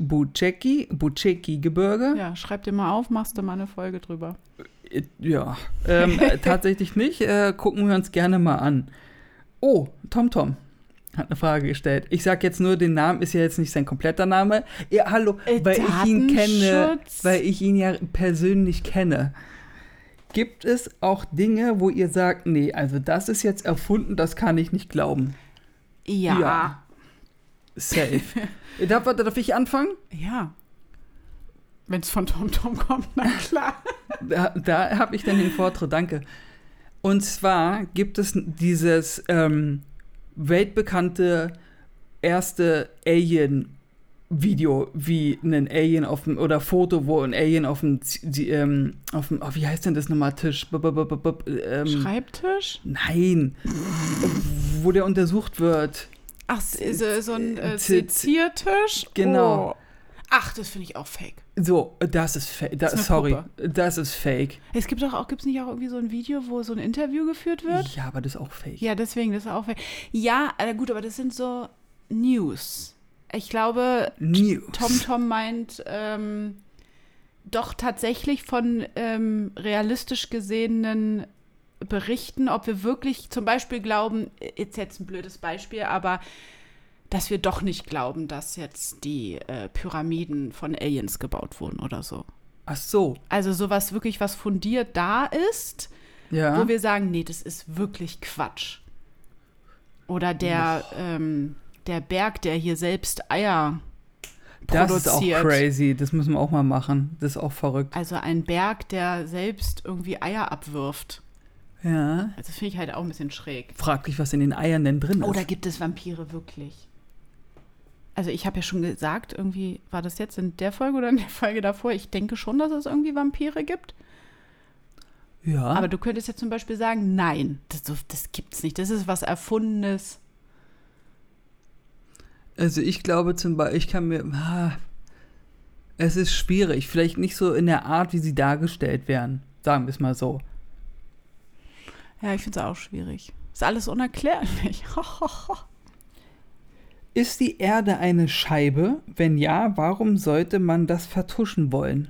[SPEAKER 2] Buceki? Buceki-Gebirge?
[SPEAKER 1] Ja, schreib dir mal auf, machst du mal eine Folge drüber.
[SPEAKER 2] Äh, Ja. Ähm, äh, tatsächlich nicht. Äh, gucken wir uns gerne mal an. Oh, TomTom hat eine Frage gestellt. Ich sag jetzt nur, den Namen ist ja jetzt nicht sein kompletter Name. Ja, hallo,
[SPEAKER 1] Äh,
[SPEAKER 2] weil ich ihn kenne,
[SPEAKER 1] Datenschutz.
[SPEAKER 2] weil ich ihn ja persönlich kenne. Gibt es auch Dinge, wo ihr sagt, nee, also das ist jetzt erfunden, das kann ich nicht glauben.
[SPEAKER 1] Ja.
[SPEAKER 2] Ja.
[SPEAKER 1] Ja.
[SPEAKER 2] Safe. Äh, darf, warte, darf ich anfangen?
[SPEAKER 1] Wenn es von TomTom kommt, na klar.
[SPEAKER 2] Da, da habe ich dann den Vortritt, danke. Und zwar gibt es dieses ähm, weltbekannte erste Alien-Video, wie ein Alien auf dem, oder Foto, wo ein Alien auf dem, Z- die, ähm, auf dem, oh, wie heißt denn das nochmal, Tisch? B -b -b -b -b ähm,
[SPEAKER 1] Schreibtisch?
[SPEAKER 2] nein, wo der untersucht wird.
[SPEAKER 1] Ach, so, so ein äh,
[SPEAKER 2] Z-
[SPEAKER 1] Seziertisch?
[SPEAKER 2] Genau.
[SPEAKER 1] Oh. Ach, das finde ich auch fake.
[SPEAKER 2] So, das ist fake,
[SPEAKER 1] Ist eine
[SPEAKER 2] sorry,
[SPEAKER 1] Puppe.
[SPEAKER 2] das ist fake.
[SPEAKER 1] Es gibt doch auch, gibt es nicht auch irgendwie so ein Video, wo so ein Interview geführt wird?
[SPEAKER 2] Ja, aber das ist auch fake.
[SPEAKER 1] Ja, deswegen, das ist auch fake. Ja, äh, gut, aber das sind so News. Ich glaube,
[SPEAKER 2] News.
[SPEAKER 1] Tom Tom meint ähm, doch tatsächlich von ähm, realistisch gesehenen Berichten, ob wir wirklich zum Beispiel glauben, ist jetzt ein blödes Beispiel, aber dass wir doch nicht glauben, dass jetzt die äh, Pyramiden von Aliens gebaut wurden oder so.
[SPEAKER 2] Ach so,
[SPEAKER 1] Also sowas wirklich, was fundiert da ist,
[SPEAKER 2] ja.
[SPEAKER 1] wo wir sagen, nee, das ist wirklich Quatsch. Oder der, ähm, der Berg, der hier selbst Eier
[SPEAKER 2] Das ist auch
[SPEAKER 1] produziert.
[SPEAKER 2] crazy. Das müssen wir auch mal machen. Das ist auch verrückt.
[SPEAKER 1] Also ein Berg, der selbst irgendwie Eier abwirft.
[SPEAKER 2] Ja.
[SPEAKER 1] Also finde ich halt auch ein bisschen schräg.
[SPEAKER 2] Frag dich, was in den Eiern denn drin ist.
[SPEAKER 1] Oder gibt es Vampire wirklich? Also ich habe ja schon gesagt, irgendwie war das jetzt in der Folge oder in der Folge davor. Ich denke schon, dass es irgendwie Vampire gibt.
[SPEAKER 2] ja.
[SPEAKER 1] Aber du könntest ja zum Beispiel sagen, nein, das, das gibt's nicht. Das ist was Erfundenes.
[SPEAKER 2] also ich glaube zum Beispiel, ich kann mir. Ah, es ist schwierig. Vielleicht nicht so in der Art, wie sie dargestellt werden. Sagen wir es mal so.
[SPEAKER 1] Ja, ich finde es auch schwierig. Ist alles unerklärlich.
[SPEAKER 2] Ist die Erde eine Scheibe? Wenn ja, warum sollte man das vertuschen wollen?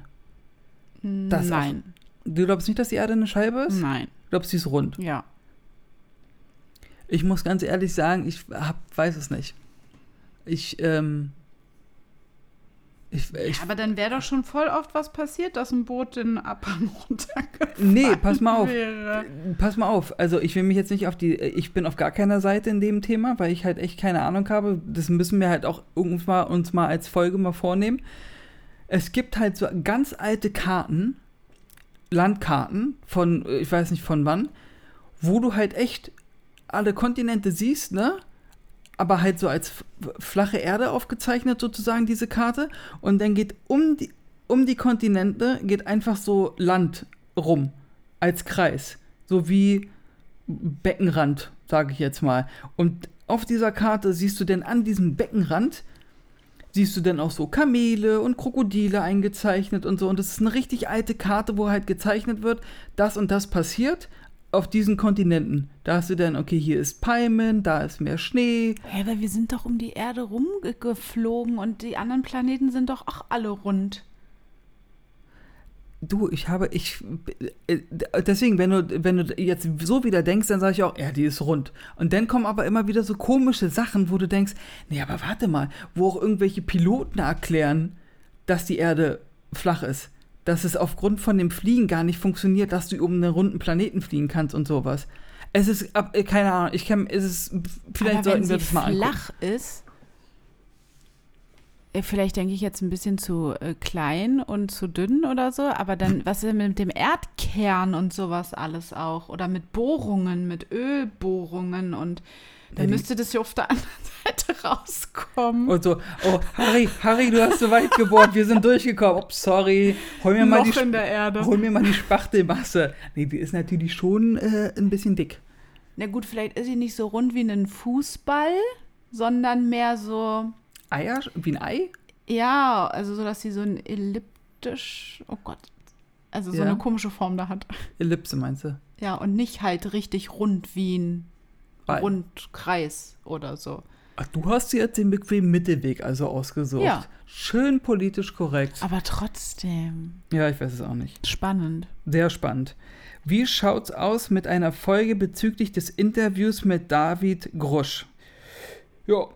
[SPEAKER 2] Das auch-
[SPEAKER 1] nein,
[SPEAKER 2] Du glaubst nicht, dass die Erde eine Scheibe ist?
[SPEAKER 1] nein,
[SPEAKER 2] Du glaubst, sie ist rund?
[SPEAKER 1] ja.
[SPEAKER 2] Ich muss ganz ehrlich sagen, ich hab, weiß es nicht. Ich, ähm. Ich, ich
[SPEAKER 1] Aber dann wäre doch schon voll oft was passiert, dass ein Boot den Abhang runtergefahren
[SPEAKER 2] Nee, pass mal auf.
[SPEAKER 1] wäre.
[SPEAKER 2] Pass mal auf. Also ich will mich jetzt nicht auf die. äh, Ich bin auf gar keiner Seite in dem Thema, weil ich halt echt keine Ahnung habe. Das müssen wir halt auch irgendwann uns mal als Folge mal vornehmen. Es gibt halt so ganz alte Karten, Landkarten von, äh, ich weiß nicht von wann, wo du halt echt alle Kontinente siehst, ne? Aber halt so als f- flache Erde aufgezeichnet sozusagen diese Karte. Und dann geht um die, um die Kontinente geht einfach so Land rum als Kreis, so wie Beckenrand, sage ich jetzt mal. Und auf dieser Karte siehst du denn an diesem Beckenrand siehst du denn auch so Kamele und Krokodile eingezeichnet und so. Und das ist eine richtig alte Karte, wo halt gezeichnet wird, das und das passiert auf diesen Kontinenten. Da hast du dann, okay, hier ist Palmen, da ist mehr Schnee.
[SPEAKER 1] Hä, aber wir sind doch um die Erde rumgeflogen und die anderen Planeten sind doch auch alle rund.
[SPEAKER 2] Du, ich habe, ich, äh, deswegen, wenn du, wenn du jetzt so wieder denkst, dann sage ich auch, ja, die ist rund. Und dann kommen aber immer wieder so komische Sachen, wo du denkst, nee, aber warte mal, wo auch irgendwelche Piloten erklären, dass die Erde flach ist. Dass es aufgrund von dem Fliegen gar nicht funktioniert, dass du um einen runden Planeten fliegen kannst und sowas. Es ist, ab- äh, keine Ahnung, ich kann, es ist, vielleicht
[SPEAKER 1] aber
[SPEAKER 2] sollten
[SPEAKER 1] wenn
[SPEAKER 2] wir
[SPEAKER 1] sie
[SPEAKER 2] das mal angucken.
[SPEAKER 1] flach ist, äh, vielleicht denke ich jetzt ein bisschen zu äh, klein und zu dünn oder so, aber dann, was ist denn mit dem Erdkern und sowas alles auch? Oder mit Bohrungen, mit Ölbohrungen und dann
[SPEAKER 2] Ja, die-
[SPEAKER 1] müsste das ja auf der anderen Seite rauskommen.
[SPEAKER 2] Und so, oh, Harry, Harry, du hast so weit gebohrt, wir sind durchgekommen. Oh, sorry, hol mir, mal die,
[SPEAKER 1] Loch in der
[SPEAKER 2] Sp-
[SPEAKER 1] Erde.
[SPEAKER 2] hol mir mal die Spachtelmasse. Nee, die ist natürlich schon äh, ein bisschen dick.
[SPEAKER 1] Na gut, vielleicht ist sie nicht so rund wie ein Fußball, sondern mehr so,
[SPEAKER 2] Eier, wie ein Ei?
[SPEAKER 1] ja, also so, dass sie so ein elliptisch, oh Gott, also so
[SPEAKER 2] Ja.
[SPEAKER 1] eine komische Form da hat.
[SPEAKER 2] Ellipse meinst du?
[SPEAKER 1] Ja, und nicht halt richtig rund wie ein
[SPEAKER 2] Ei.
[SPEAKER 1] Rundkreis oder so.
[SPEAKER 2] Ach, du hast dir jetzt den bequemen Mittelweg also ausgesucht.
[SPEAKER 1] Ja.
[SPEAKER 2] Schön politisch korrekt.
[SPEAKER 1] Aber trotzdem
[SPEAKER 2] Ja, ich weiß es auch nicht.
[SPEAKER 1] spannend.
[SPEAKER 2] Sehr spannend. Wie schaut's aus mit einer Folge bezüglich des Interviews mit David Grosch? Ja,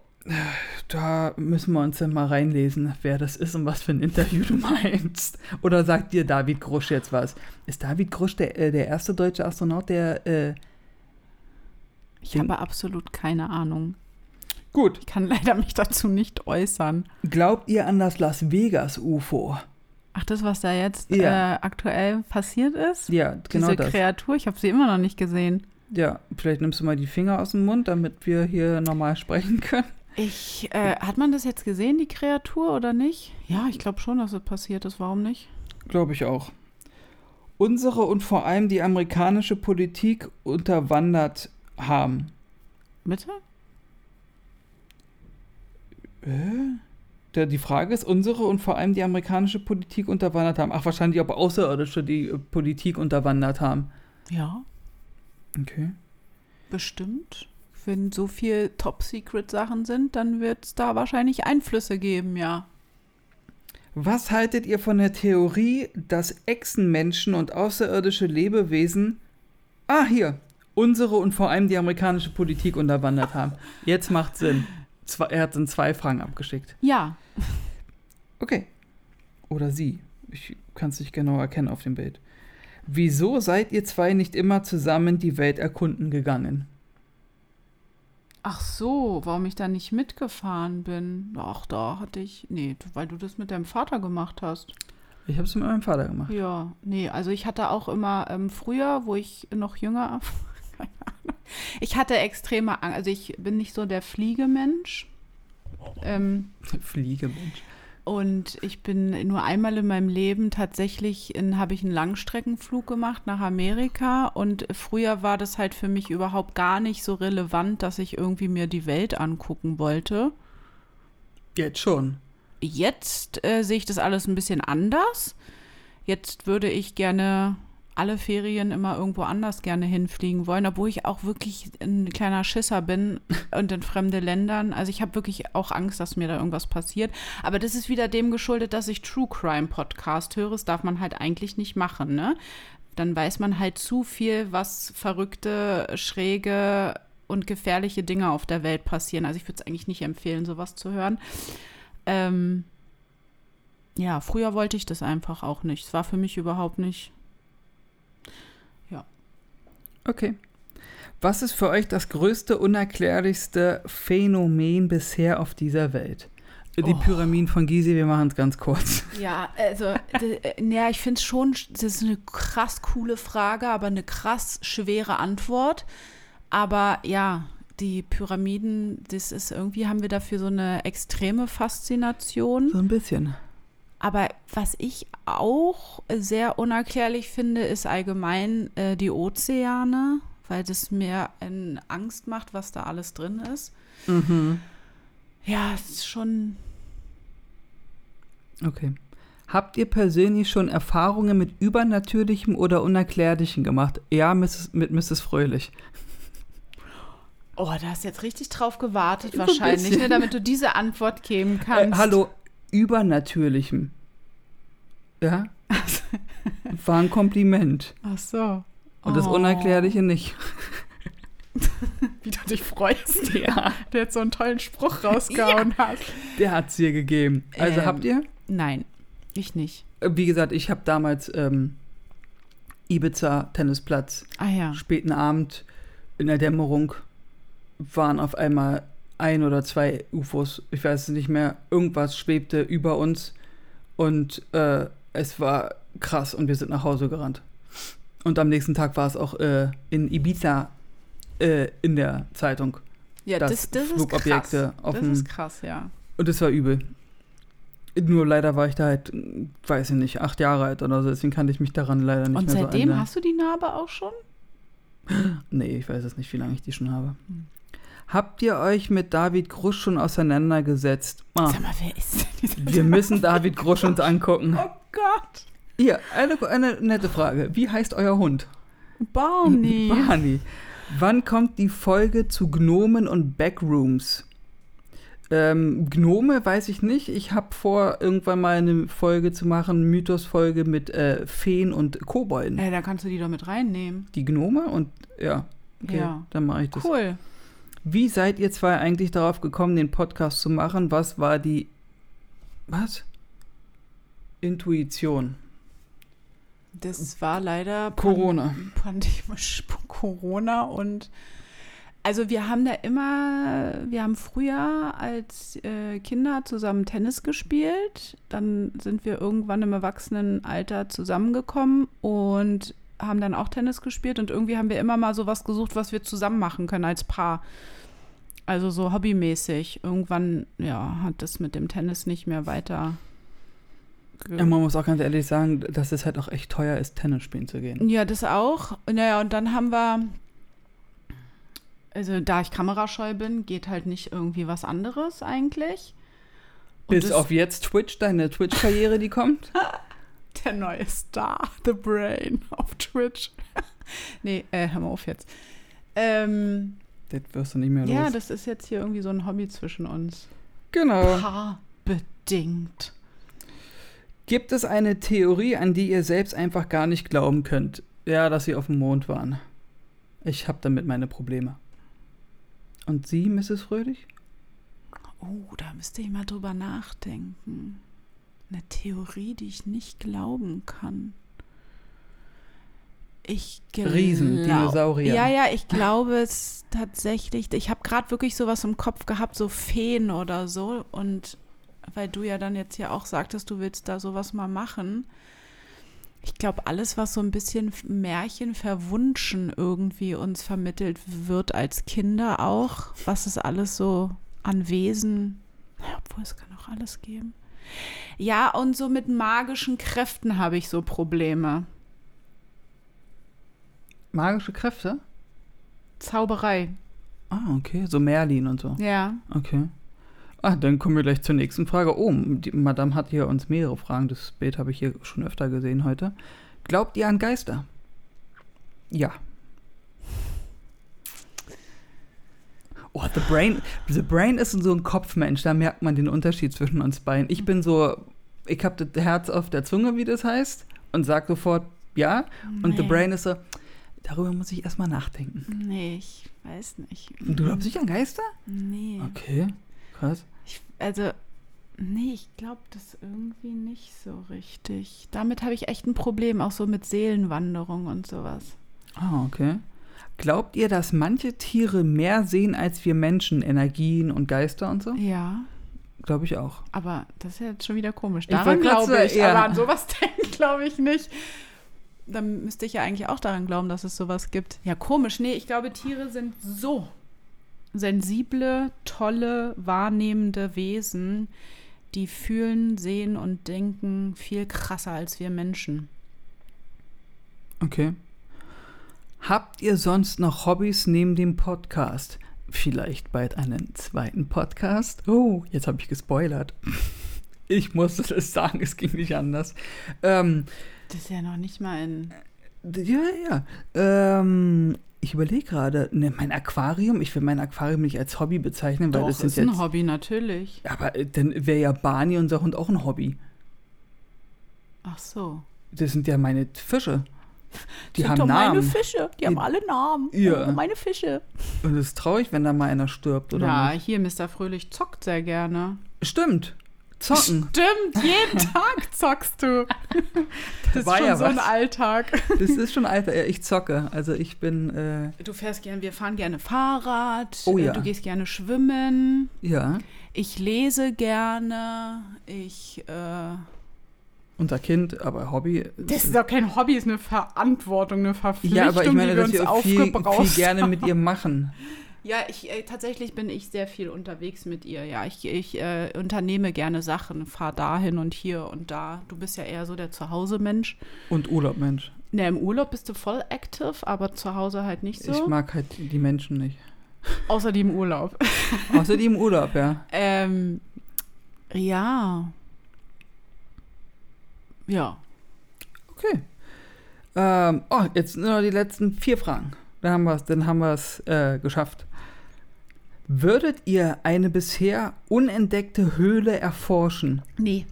[SPEAKER 2] da müssen wir uns dann mal reinlesen, wer das ist und was für ein Interview du meinst. Oder sagt dir David Grosch jetzt was? Ist David Grosch der, äh, der erste deutsche Astronaut, der. Äh,
[SPEAKER 1] Ich
[SPEAKER 2] Den-
[SPEAKER 1] habe absolut keine Ahnung.
[SPEAKER 2] Gut.
[SPEAKER 1] Ich kann leider mich dazu nicht äußern.
[SPEAKER 2] Glaubt ihr an das Las Vegas-UFO?
[SPEAKER 1] Ach, das, was da jetzt
[SPEAKER 2] Ja.
[SPEAKER 1] äh, aktuell passiert ist?
[SPEAKER 2] Ja, genau
[SPEAKER 1] Diese
[SPEAKER 2] das.
[SPEAKER 1] Kreatur, ich habe sie immer noch nicht gesehen.
[SPEAKER 2] Ja, vielleicht nimmst du mal die Finger aus dem Mund, damit wir hier normal sprechen können.
[SPEAKER 1] Ich, äh, hat man das jetzt gesehen, die Kreatur, oder nicht? Ja, ich glaube schon, dass es passiert ist. Warum nicht?
[SPEAKER 2] Glaube ich auch. Unsere und vor allem die amerikanische Politik unterwandert haben.
[SPEAKER 1] Bitte?
[SPEAKER 2] Da die Frage ist, unsere und vor allem die amerikanische Politik unterwandert haben. Ach, wahrscheinlich auch Außerirdische die äh, Politik unterwandert haben.
[SPEAKER 1] Ja,
[SPEAKER 2] Okay.
[SPEAKER 1] bestimmt. Wenn so viel Top-Secret-Sachen sind, dann wird es da wahrscheinlich Einflüsse geben, ja.
[SPEAKER 2] Was haltet ihr von der Theorie, dass Echsenmenschen und außerirdische Lebewesen, ah hier, unsere und vor allem die amerikanische Politik unterwandert haben? Jetzt macht Sinn. Zwei, er hat in zwei Fragen abgeschickt.
[SPEAKER 1] Ja,
[SPEAKER 2] Okay. Oder sie. Ich kann es nicht genau erkennen auf dem Bild. Wieso seid ihr zwei nicht immer zusammen die Welt erkunden gegangen?
[SPEAKER 1] Ach so, warum ich da nicht mitgefahren bin. Ach, da hatte ich. Nee, du- weil du das mit deinem Vater gemacht hast.
[SPEAKER 2] Ich habe es mit meinem Vater gemacht.
[SPEAKER 1] Ja, nee, also ich hatte auch immer ähm, früher, wo ich noch jünger. keine Ahnung, ich hatte extreme Angst. Also ich bin nicht so der Fliegemensch. Ähm,
[SPEAKER 2] Fliege, Mensch.
[SPEAKER 1] und ich bin nur einmal in meinem Leben tatsächlich, in- habe ich einen Langstreckenflug gemacht nach Amerika. Und früher war das halt für mich überhaupt gar nicht so relevant, dass ich irgendwie mir die Welt angucken wollte.
[SPEAKER 2] Jetzt schon.
[SPEAKER 1] Jetzt äh, sehe ich das alles ein bisschen anders. Jetzt würde ich gerne alle Ferien immer irgendwo anders gerne hinfliegen wollen, obwohl ich auch wirklich ein kleiner Schisser bin und in fremde Ländern. Also ich habe wirklich auch Angst, dass mir da irgendwas passiert. Aber das ist wieder dem geschuldet, dass ich True Crime Podcast höre. Das darf man halt eigentlich nicht machen, ne? Dann weiß man halt zu viel, was verrückte, schräge und gefährliche Dinge auf der Welt passieren. Also ich würde es eigentlich nicht empfehlen, sowas zu hören. Ähm, ja, früher wollte ich das einfach auch nicht. Es war für mich überhaupt nicht.
[SPEAKER 2] Okay. Was ist für euch das größte, unerklärlichste Phänomen bisher auf dieser Welt? Die
[SPEAKER 1] Oh.
[SPEAKER 2] Pyramiden von Gizeh, wir machen es ganz kurz.
[SPEAKER 1] Ja, also, d- äh, naja, ich finde es schon, das ist eine krass coole Frage, aber eine krass schwere Antwort. Aber ja, die Pyramiden, das ist irgendwie, haben wir dafür so eine extreme Faszination.
[SPEAKER 2] So ein bisschen.
[SPEAKER 1] Aber was ich auch sehr unerklärlich finde, ist allgemein äh, die Ozeane, weil das mir ähm, Angst macht, was da alles drin ist.
[SPEAKER 2] Mhm.
[SPEAKER 1] Ja, es ist schon.
[SPEAKER 2] Okay. Habt ihr persönlich schon Erfahrungen mit Übernatürlichem oder Unerklärlichem gemacht? Ja, Mrs., mit Mrs. Fröhlich.
[SPEAKER 1] Oh, da hast du jetzt richtig drauf gewartet,
[SPEAKER 2] So ein
[SPEAKER 1] wahrscheinlich,
[SPEAKER 2] bisschen.
[SPEAKER 1] ne, damit du diese Antwort geben
[SPEAKER 2] Äh,
[SPEAKER 1] kannst.
[SPEAKER 2] hallo, Übernatürlichem. Ja? War ein Kompliment.
[SPEAKER 1] Ach so.
[SPEAKER 2] Und das
[SPEAKER 1] Oh.
[SPEAKER 2] Unerklärliche nicht.
[SPEAKER 1] Wie du dich freust, ja. der jetzt so einen tollen Spruch rausgehauen hat.
[SPEAKER 2] Der hat es dir gegeben. Also
[SPEAKER 1] Ähm.
[SPEAKER 2] habt ihr?
[SPEAKER 1] Nein, ich nicht.
[SPEAKER 2] Äh, Wie gesagt, ich habe damals ähm, Ibiza-Tennisplatz,
[SPEAKER 1] Ah ja.
[SPEAKER 2] späten Abend in der Dämmerung, waren auf einmal ein oder zwei UFOs, ich weiß es nicht mehr, irgendwas schwebte über uns und äh, es war krass und wir sind nach Hause gerannt. Und am nächsten Tag war es auch äh, in Ibiza äh, in der Zeitung.
[SPEAKER 1] Ja,
[SPEAKER 2] dass
[SPEAKER 1] das, das ist krass.
[SPEAKER 2] Flugobjekte auf
[SPEAKER 1] Das
[SPEAKER 2] dem-
[SPEAKER 1] ist krass, ja.
[SPEAKER 2] Und es war übel. Nur leider war ich da halt, weiß ich nicht, acht Jahre alt oder so, deswegen kannte ich mich daran leider nicht
[SPEAKER 1] Und
[SPEAKER 2] mehr
[SPEAKER 1] seitdem
[SPEAKER 2] so erinnern.
[SPEAKER 1] hast du die Narbe auch schon?
[SPEAKER 2] Nee, ich weiß es nicht, wie lange ich die schon habe.
[SPEAKER 1] Hm.
[SPEAKER 2] Habt ihr euch mit David Grusch schon auseinandergesetzt? Ah,
[SPEAKER 1] Sag mal, wer ist denn dieser?
[SPEAKER 2] wir müssen David Grusch uns angucken.
[SPEAKER 1] Oh Gott.
[SPEAKER 2] Hier, eine, eine nette Frage. Wie heißt euer Hund?
[SPEAKER 1] Barney.
[SPEAKER 2] Barney. Wann kommt die Folge zu Gnomen und Backrooms? Ähm, Gnome weiß ich nicht. Ich habe vor, irgendwann mal eine Folge zu machen, Mythos-Folge mit äh, Feen und Kobolden.
[SPEAKER 1] Ey, da kannst du die doch mit reinnehmen.
[SPEAKER 2] Die Gnome und ja, okay,
[SPEAKER 1] Ja.
[SPEAKER 2] dann mache ich das.
[SPEAKER 1] Cool.
[SPEAKER 2] Wie seid ihr zwei eigentlich darauf gekommen, den Podcast zu machen? Was war die. Was? Intuition.
[SPEAKER 1] Das war leider Pan-
[SPEAKER 2] Corona.
[SPEAKER 1] pandemisch Corona und also wir haben da immer, wir haben früher als äh, Kinder zusammen Tennis gespielt, dann sind wir irgendwann im Erwachsenenalter zusammengekommen und haben dann auch Tennis gespielt und irgendwie haben wir immer mal sowas gesucht, was wir zusammen machen können als Paar. Also so hobbymäßig. Irgendwann, ja, hat das mit dem Tennis nicht mehr weiter. ge-
[SPEAKER 2] Ja, man muss auch ganz ehrlich sagen, dass es halt auch echt teuer ist, Tennis spielen zu gehen.
[SPEAKER 1] Ja, das auch. Naja, und dann haben wir, also da ich kamerascheu bin, geht halt nicht irgendwie was anderes eigentlich. Und
[SPEAKER 2] Bis
[SPEAKER 1] das-
[SPEAKER 2] auf jetzt Twitch, deine Twitch-Karriere, die kommt.
[SPEAKER 1] der neue Star, The Brain, auf Twitch. nee, äh, hör mal auf jetzt. Ähm,
[SPEAKER 2] das wirst du nicht mehr los.
[SPEAKER 1] ja, das ist jetzt hier irgendwie so ein Hobby zwischen uns.
[SPEAKER 2] genau.
[SPEAKER 1] Paarbedingt.
[SPEAKER 2] Gibt es eine Theorie, an die ihr selbst einfach gar nicht glauben könnt? Ja, dass sie auf dem Mond waren. Ich habe damit meine Probleme. Und Sie, Mrs. Fröhlich?
[SPEAKER 1] Oh, da müsste ich mal drüber nachdenken. Eine Theorie, die ich nicht glauben kann. Ich glaube.
[SPEAKER 2] Riesen, Dinosaurier.
[SPEAKER 1] Ja, ja, ich glaube es tatsächlich. Ich habe gerade wirklich sowas im Kopf gehabt, so Feen oder so. Und weil du ja dann jetzt hier auch sagtest, du willst da sowas mal machen. Ich glaube, alles, was so ein bisschen Märchen verwunschen irgendwie uns vermittelt wird als Kinder auch, was ist alles so an Wesen, ja, obwohl es kann auch alles geben. Ja, und so mit magischen Kräften habe ich so Probleme.
[SPEAKER 2] Magische Kräfte?
[SPEAKER 1] Zauberei,
[SPEAKER 2] Ah, okay. So Merlin und so.
[SPEAKER 1] ja.
[SPEAKER 2] Okay. Ah, dann kommen wir gleich zur nächsten Frage. Oh, die Madame hat hier uns mehrere Fragen. Das Bild habe ich hier schon öfter gesehen heute. Glaubt ihr an Geister? Ja. Oh, the brain, the brain ist so ein Kopfmensch. Da merkt man den Unterschied zwischen uns beiden. Ich bin so, ich habe das Herz auf der Zunge, wie das heißt, und sag sofort ja. Und the
[SPEAKER 1] Nee.
[SPEAKER 2] brain ist so, darüber muss ich erstmal nachdenken.
[SPEAKER 1] Nee, ich weiß nicht.
[SPEAKER 2] Du glaubst nicht an Geister?
[SPEAKER 1] Nee.
[SPEAKER 2] Okay, krass.
[SPEAKER 1] Ich, also, nee, ich glaube das irgendwie nicht so richtig. Damit habe ich echt ein Problem, auch so mit Seelenwanderung und sowas.
[SPEAKER 2] Ah, okay. Glaubt ihr, dass manche Tiere mehr sehen als wir Menschen, Energien und Geister und so?
[SPEAKER 1] Ja,
[SPEAKER 2] Glaube ich auch.
[SPEAKER 1] aber das ist ja jetzt schon wieder komisch.
[SPEAKER 2] Ich wollte
[SPEAKER 1] Daran
[SPEAKER 2] grad
[SPEAKER 1] glaube ich,
[SPEAKER 2] sagen, ja.
[SPEAKER 1] aber an sowas denke glaube ich nicht. Dann müsste ich ja eigentlich auch daran glauben, dass es sowas gibt. Ja, komisch. Nee, ich glaube, Tiere sind so sensible, tolle, wahrnehmende Wesen, die fühlen, sehen und denken viel krasser als wir Menschen.
[SPEAKER 2] Okay. Habt ihr sonst noch Hobbys neben dem Podcast? Vielleicht bald einen zweiten Podcast? Oh, jetzt habe ich gespoilert. Ich musste es sagen, es ging nicht anders. Ähm,
[SPEAKER 1] Das ist ja noch nicht mal in.
[SPEAKER 2] Ja, ja. Ähm, ich überlege gerade, ne, mein Aquarium, ich will mein Aquarium nicht als Hobby bezeichnen, weil
[SPEAKER 1] Doch,
[SPEAKER 2] das sind
[SPEAKER 1] ist
[SPEAKER 2] jetzt.
[SPEAKER 1] ein Hobby, natürlich.
[SPEAKER 2] Aber äh, dann wäre ja Barney, unser Hund, auch ein Hobby.
[SPEAKER 1] Ach so.
[SPEAKER 2] Das sind ja meine Fische. Die
[SPEAKER 1] Sind
[SPEAKER 2] haben
[SPEAKER 1] doch
[SPEAKER 2] Namen.
[SPEAKER 1] meine Fische. Die, haben alle Namen.
[SPEAKER 2] Ja.
[SPEAKER 1] Oh, meine Fische.
[SPEAKER 2] Und es ist traurig, wenn da mal einer stirbt, oder?
[SPEAKER 1] ja,
[SPEAKER 2] nicht?
[SPEAKER 1] hier, Mr. Fröhlich zockt sehr gerne.
[SPEAKER 2] Stimmt. Zocken.
[SPEAKER 1] Stimmt, jeden Tag zockst du. Das ist
[SPEAKER 2] War
[SPEAKER 1] schon
[SPEAKER 2] ja
[SPEAKER 1] so ein
[SPEAKER 2] was.
[SPEAKER 1] Alltag.
[SPEAKER 2] Das ist schon Alter. Ja, Ich zocke. Also ich bin, äh,
[SPEAKER 1] Du fährst gerne, wir fahren gerne Fahrrad,
[SPEAKER 2] Oh
[SPEAKER 1] äh,
[SPEAKER 2] ja.
[SPEAKER 1] du gehst gerne schwimmen,
[SPEAKER 2] ja,
[SPEAKER 1] ich lese gerne, ich. Äh,
[SPEAKER 2] unser Kind, aber Hobby. äh,
[SPEAKER 1] das ist doch kein Hobby, ist eine Verantwortung, eine Verpflichtung,
[SPEAKER 2] ja, aber ich meine,
[SPEAKER 1] die wir
[SPEAKER 2] dass
[SPEAKER 1] uns
[SPEAKER 2] wir auch viel,
[SPEAKER 1] aufgebraucht
[SPEAKER 2] viel gerne mit ihr machen.
[SPEAKER 1] Ja, ich, äh, tatsächlich bin ich sehr viel unterwegs mit ihr. Ja, ich, ich äh, unternehme gerne Sachen, fahre dahin und hier und da. Du bist ja eher so der Zuhause-Mensch.
[SPEAKER 2] Und Urlaub, Mensch.
[SPEAKER 1] Ne, im Urlaub bist du voll active, aber zu Hause halt nicht
[SPEAKER 2] Ich
[SPEAKER 1] so.
[SPEAKER 2] mag halt die Menschen nicht.
[SPEAKER 1] Außer die im Urlaub.
[SPEAKER 2] Außer die im Urlaub, ja.
[SPEAKER 1] ähm, ja. Ja.
[SPEAKER 2] Okay. Ähm, oh, jetzt nur noch die letzten vier Fragen. Dann haben wir es dann haben wir's, äh, geschafft. Würdet ihr eine bisher unentdeckte Höhle erforschen?
[SPEAKER 1] Nee.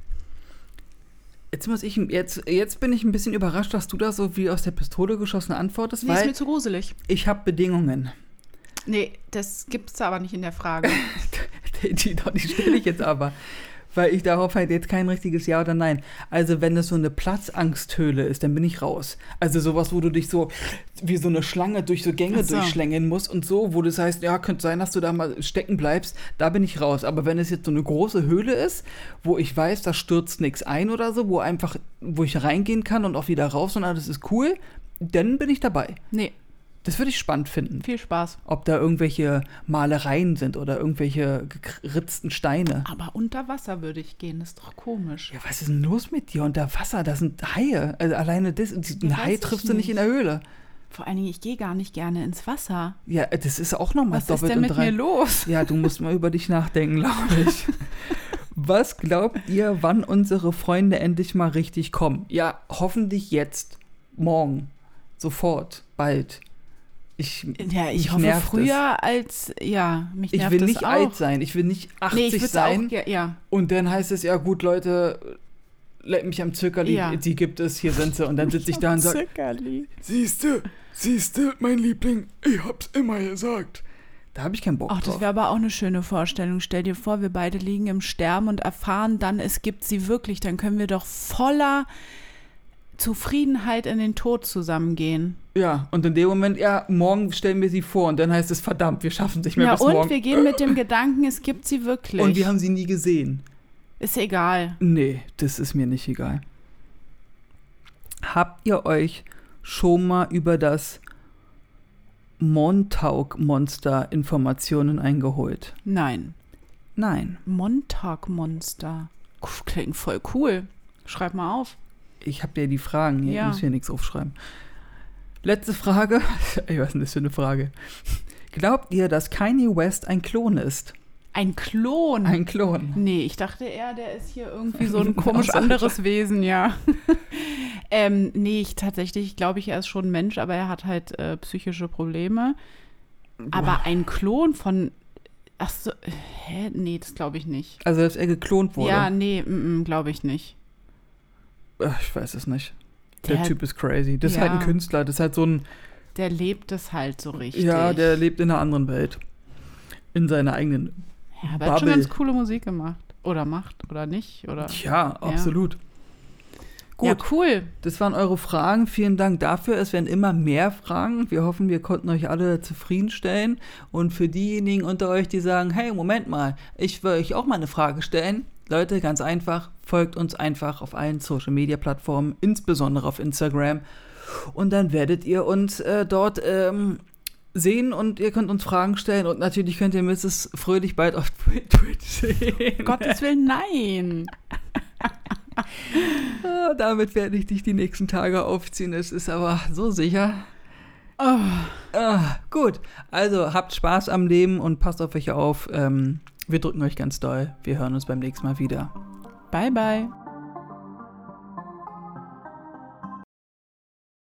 [SPEAKER 2] Jetzt, muss ich, jetzt, jetzt bin ich ein bisschen überrascht, dass du da so wie aus der Pistole geschossene antwortest,
[SPEAKER 1] Nee, ist
[SPEAKER 2] weil
[SPEAKER 1] mir zu gruselig.
[SPEAKER 2] ich habe Bedingungen.
[SPEAKER 1] Nee, das gibt's aber nicht in der Frage.
[SPEAKER 2] Die, die, die stelle ich jetzt aber, weil ich darauf halt jetzt kein richtiges Ja oder Nein. Also wenn das so eine Platzangsthöhle ist, dann bin ich raus. Also sowas, wo du dich so wie so eine Schlange durch so Gänge
[SPEAKER 1] Ach so.
[SPEAKER 2] durchschlängeln musst und so, wo das heißt, ja, könnte sein, dass du da mal stecken bleibst, da bin ich raus. Aber wenn es jetzt so eine große Höhle ist, wo ich weiß, da stürzt nichts ein oder so, wo einfach, wo ich reingehen kann und auch wieder raus und alles ist cool, dann bin ich dabei.
[SPEAKER 1] Nee,
[SPEAKER 2] Das würde ich spannend finden
[SPEAKER 1] viel Spaß.
[SPEAKER 2] ob da irgendwelche Malereien sind oder irgendwelche gekritzten Steine.
[SPEAKER 1] Aber unter Wasser würde ich gehen, ist doch komisch.
[SPEAKER 2] Ja, was ist denn los mit dir unter Wasser? Da sind Haie. Also alleine das,
[SPEAKER 1] weiß
[SPEAKER 2] einen Hai
[SPEAKER 1] ich
[SPEAKER 2] triffst du nicht
[SPEAKER 1] nicht.
[SPEAKER 2] in der Höhle.
[SPEAKER 1] Vor allen Dingen, ich gehe gar nicht gerne ins Wasser.
[SPEAKER 2] Ja, das ist auch nochmal
[SPEAKER 1] Was
[SPEAKER 2] doppelt
[SPEAKER 1] ist denn mit
[SPEAKER 2] und drei.
[SPEAKER 1] mir los?
[SPEAKER 2] Ja, du musst mal über dich nachdenken, glaube ich. Was glaubt ihr, wann unsere Freunde endlich mal richtig kommen? Ja, hoffentlich jetzt, morgen, sofort, bald. Ich,
[SPEAKER 1] Ja, ich
[SPEAKER 2] mich
[SPEAKER 1] hoffe
[SPEAKER 2] nervt
[SPEAKER 1] früher als, ja, mich
[SPEAKER 2] Es. Ich
[SPEAKER 1] nervt
[SPEAKER 2] will
[SPEAKER 1] das
[SPEAKER 2] nicht
[SPEAKER 1] auch.
[SPEAKER 2] alt sein, ich will nicht 80
[SPEAKER 1] nee, ich würde
[SPEAKER 2] sein.
[SPEAKER 1] Auch, ge- ja,
[SPEAKER 2] Und dann heißt es, ja gut, Leute, leck mich am Zirkerli,
[SPEAKER 1] Ja.
[SPEAKER 2] die gibt es, hier sind sie. Und dann sitze ich da und sage,
[SPEAKER 1] Zuckerli.
[SPEAKER 2] siehste, siehste, mein Liebling, ich hab's immer gesagt. Da habe ich keinen Bock
[SPEAKER 1] Ach, das
[SPEAKER 2] drauf.
[SPEAKER 1] wäre aber auch eine schöne Vorstellung. Stell dir vor, wir beide liegen im Sterben und erfahren dann, es gibt sie wirklich. Dann können wir doch voller Zufriedenheit in den Tod zusammengehen.
[SPEAKER 2] Ja, und in dem Moment, ja, morgen stellen wir sie vor. Und dann heißt es, verdammt, wir schaffen es nicht mehr
[SPEAKER 1] Ja,
[SPEAKER 2] bis
[SPEAKER 1] und
[SPEAKER 2] morgen.
[SPEAKER 1] wir gehen mit dem Gedanken, es gibt sie wirklich.
[SPEAKER 2] und wir haben sie nie gesehen.
[SPEAKER 1] Ist egal.
[SPEAKER 2] Nee, das ist mir nicht egal. Habt ihr euch schon mal über das Montauk-Monster Informationen eingeholt?
[SPEAKER 1] Nein.
[SPEAKER 2] Nein.
[SPEAKER 1] Montagmonster. Klingt voll cool. Schreib mal auf.
[SPEAKER 2] Ich habe dir die Fragen, hier. ich
[SPEAKER 1] Ja.
[SPEAKER 2] muss hier nichts aufschreiben. Letzte Frage. Ey, was ist denn das für eine Frage? Glaubt ihr, dass Kanye West ein Klon ist?
[SPEAKER 1] Ein Klon.
[SPEAKER 2] Ein Klon.
[SPEAKER 1] nee, ich dachte eher, der ist hier irgendwie so ein komisch
[SPEAKER 2] Außer-
[SPEAKER 1] anderes Wesen, ja. ähm, nee, ich tatsächlich glaube ich, er ist schon ein Mensch, aber er hat halt äh, psychische Probleme. Aber ein Klon von. Ach so, äh, hä? Nee, das glaube ich nicht.
[SPEAKER 2] Also, dass er geklont wurde?
[SPEAKER 1] Ja, nee, glaube ich nicht.
[SPEAKER 2] Ach, ich weiß es nicht. Der,
[SPEAKER 1] Der-
[SPEAKER 2] Typ ist crazy. Das ist
[SPEAKER 1] Ja.
[SPEAKER 2] halt ein Künstler. Das ist halt so ein.
[SPEAKER 1] Der lebt es halt so richtig.
[SPEAKER 2] Ja, der lebt in einer anderen Welt. In seiner eigenen.
[SPEAKER 1] Ja, aber er hat schon
[SPEAKER 2] Bubble.
[SPEAKER 1] ganz coole Musik gemacht. Oder macht, oder nicht, oder.
[SPEAKER 2] Ja, absolut. Gut.
[SPEAKER 1] Ja, cool.
[SPEAKER 2] Das waren eure Fragen. Vielen Dank dafür. Es werden immer mehr Fragen. Wir hoffen, wir konnten euch alle zufriedenstellen. Und für diejenigen unter euch, die sagen, hey, Moment mal, ich will euch auch mal eine Frage stellen. Leute, ganz einfach, folgt uns einfach auf allen Social-Media-Plattformen, insbesondere auf Instagram. Und dann werdet ihr uns äh, dort ähm, sehen und ihr könnt uns Fragen stellen. Und natürlich könnt ihr Mrs. Fröhlich bald auf Twitch sehen.
[SPEAKER 1] Gottes Willen, nein.
[SPEAKER 2] Ah, Damit werde ich dich die nächsten Tage aufziehen. Es ist aber so sicher.
[SPEAKER 1] Oh.
[SPEAKER 2] Ah, gut, also habt Spaß am Leben und passt auf euch auf. Ähm, wir drücken euch ganz doll. Wir hören uns beim nächsten Mal wieder.
[SPEAKER 1] Bye, bye.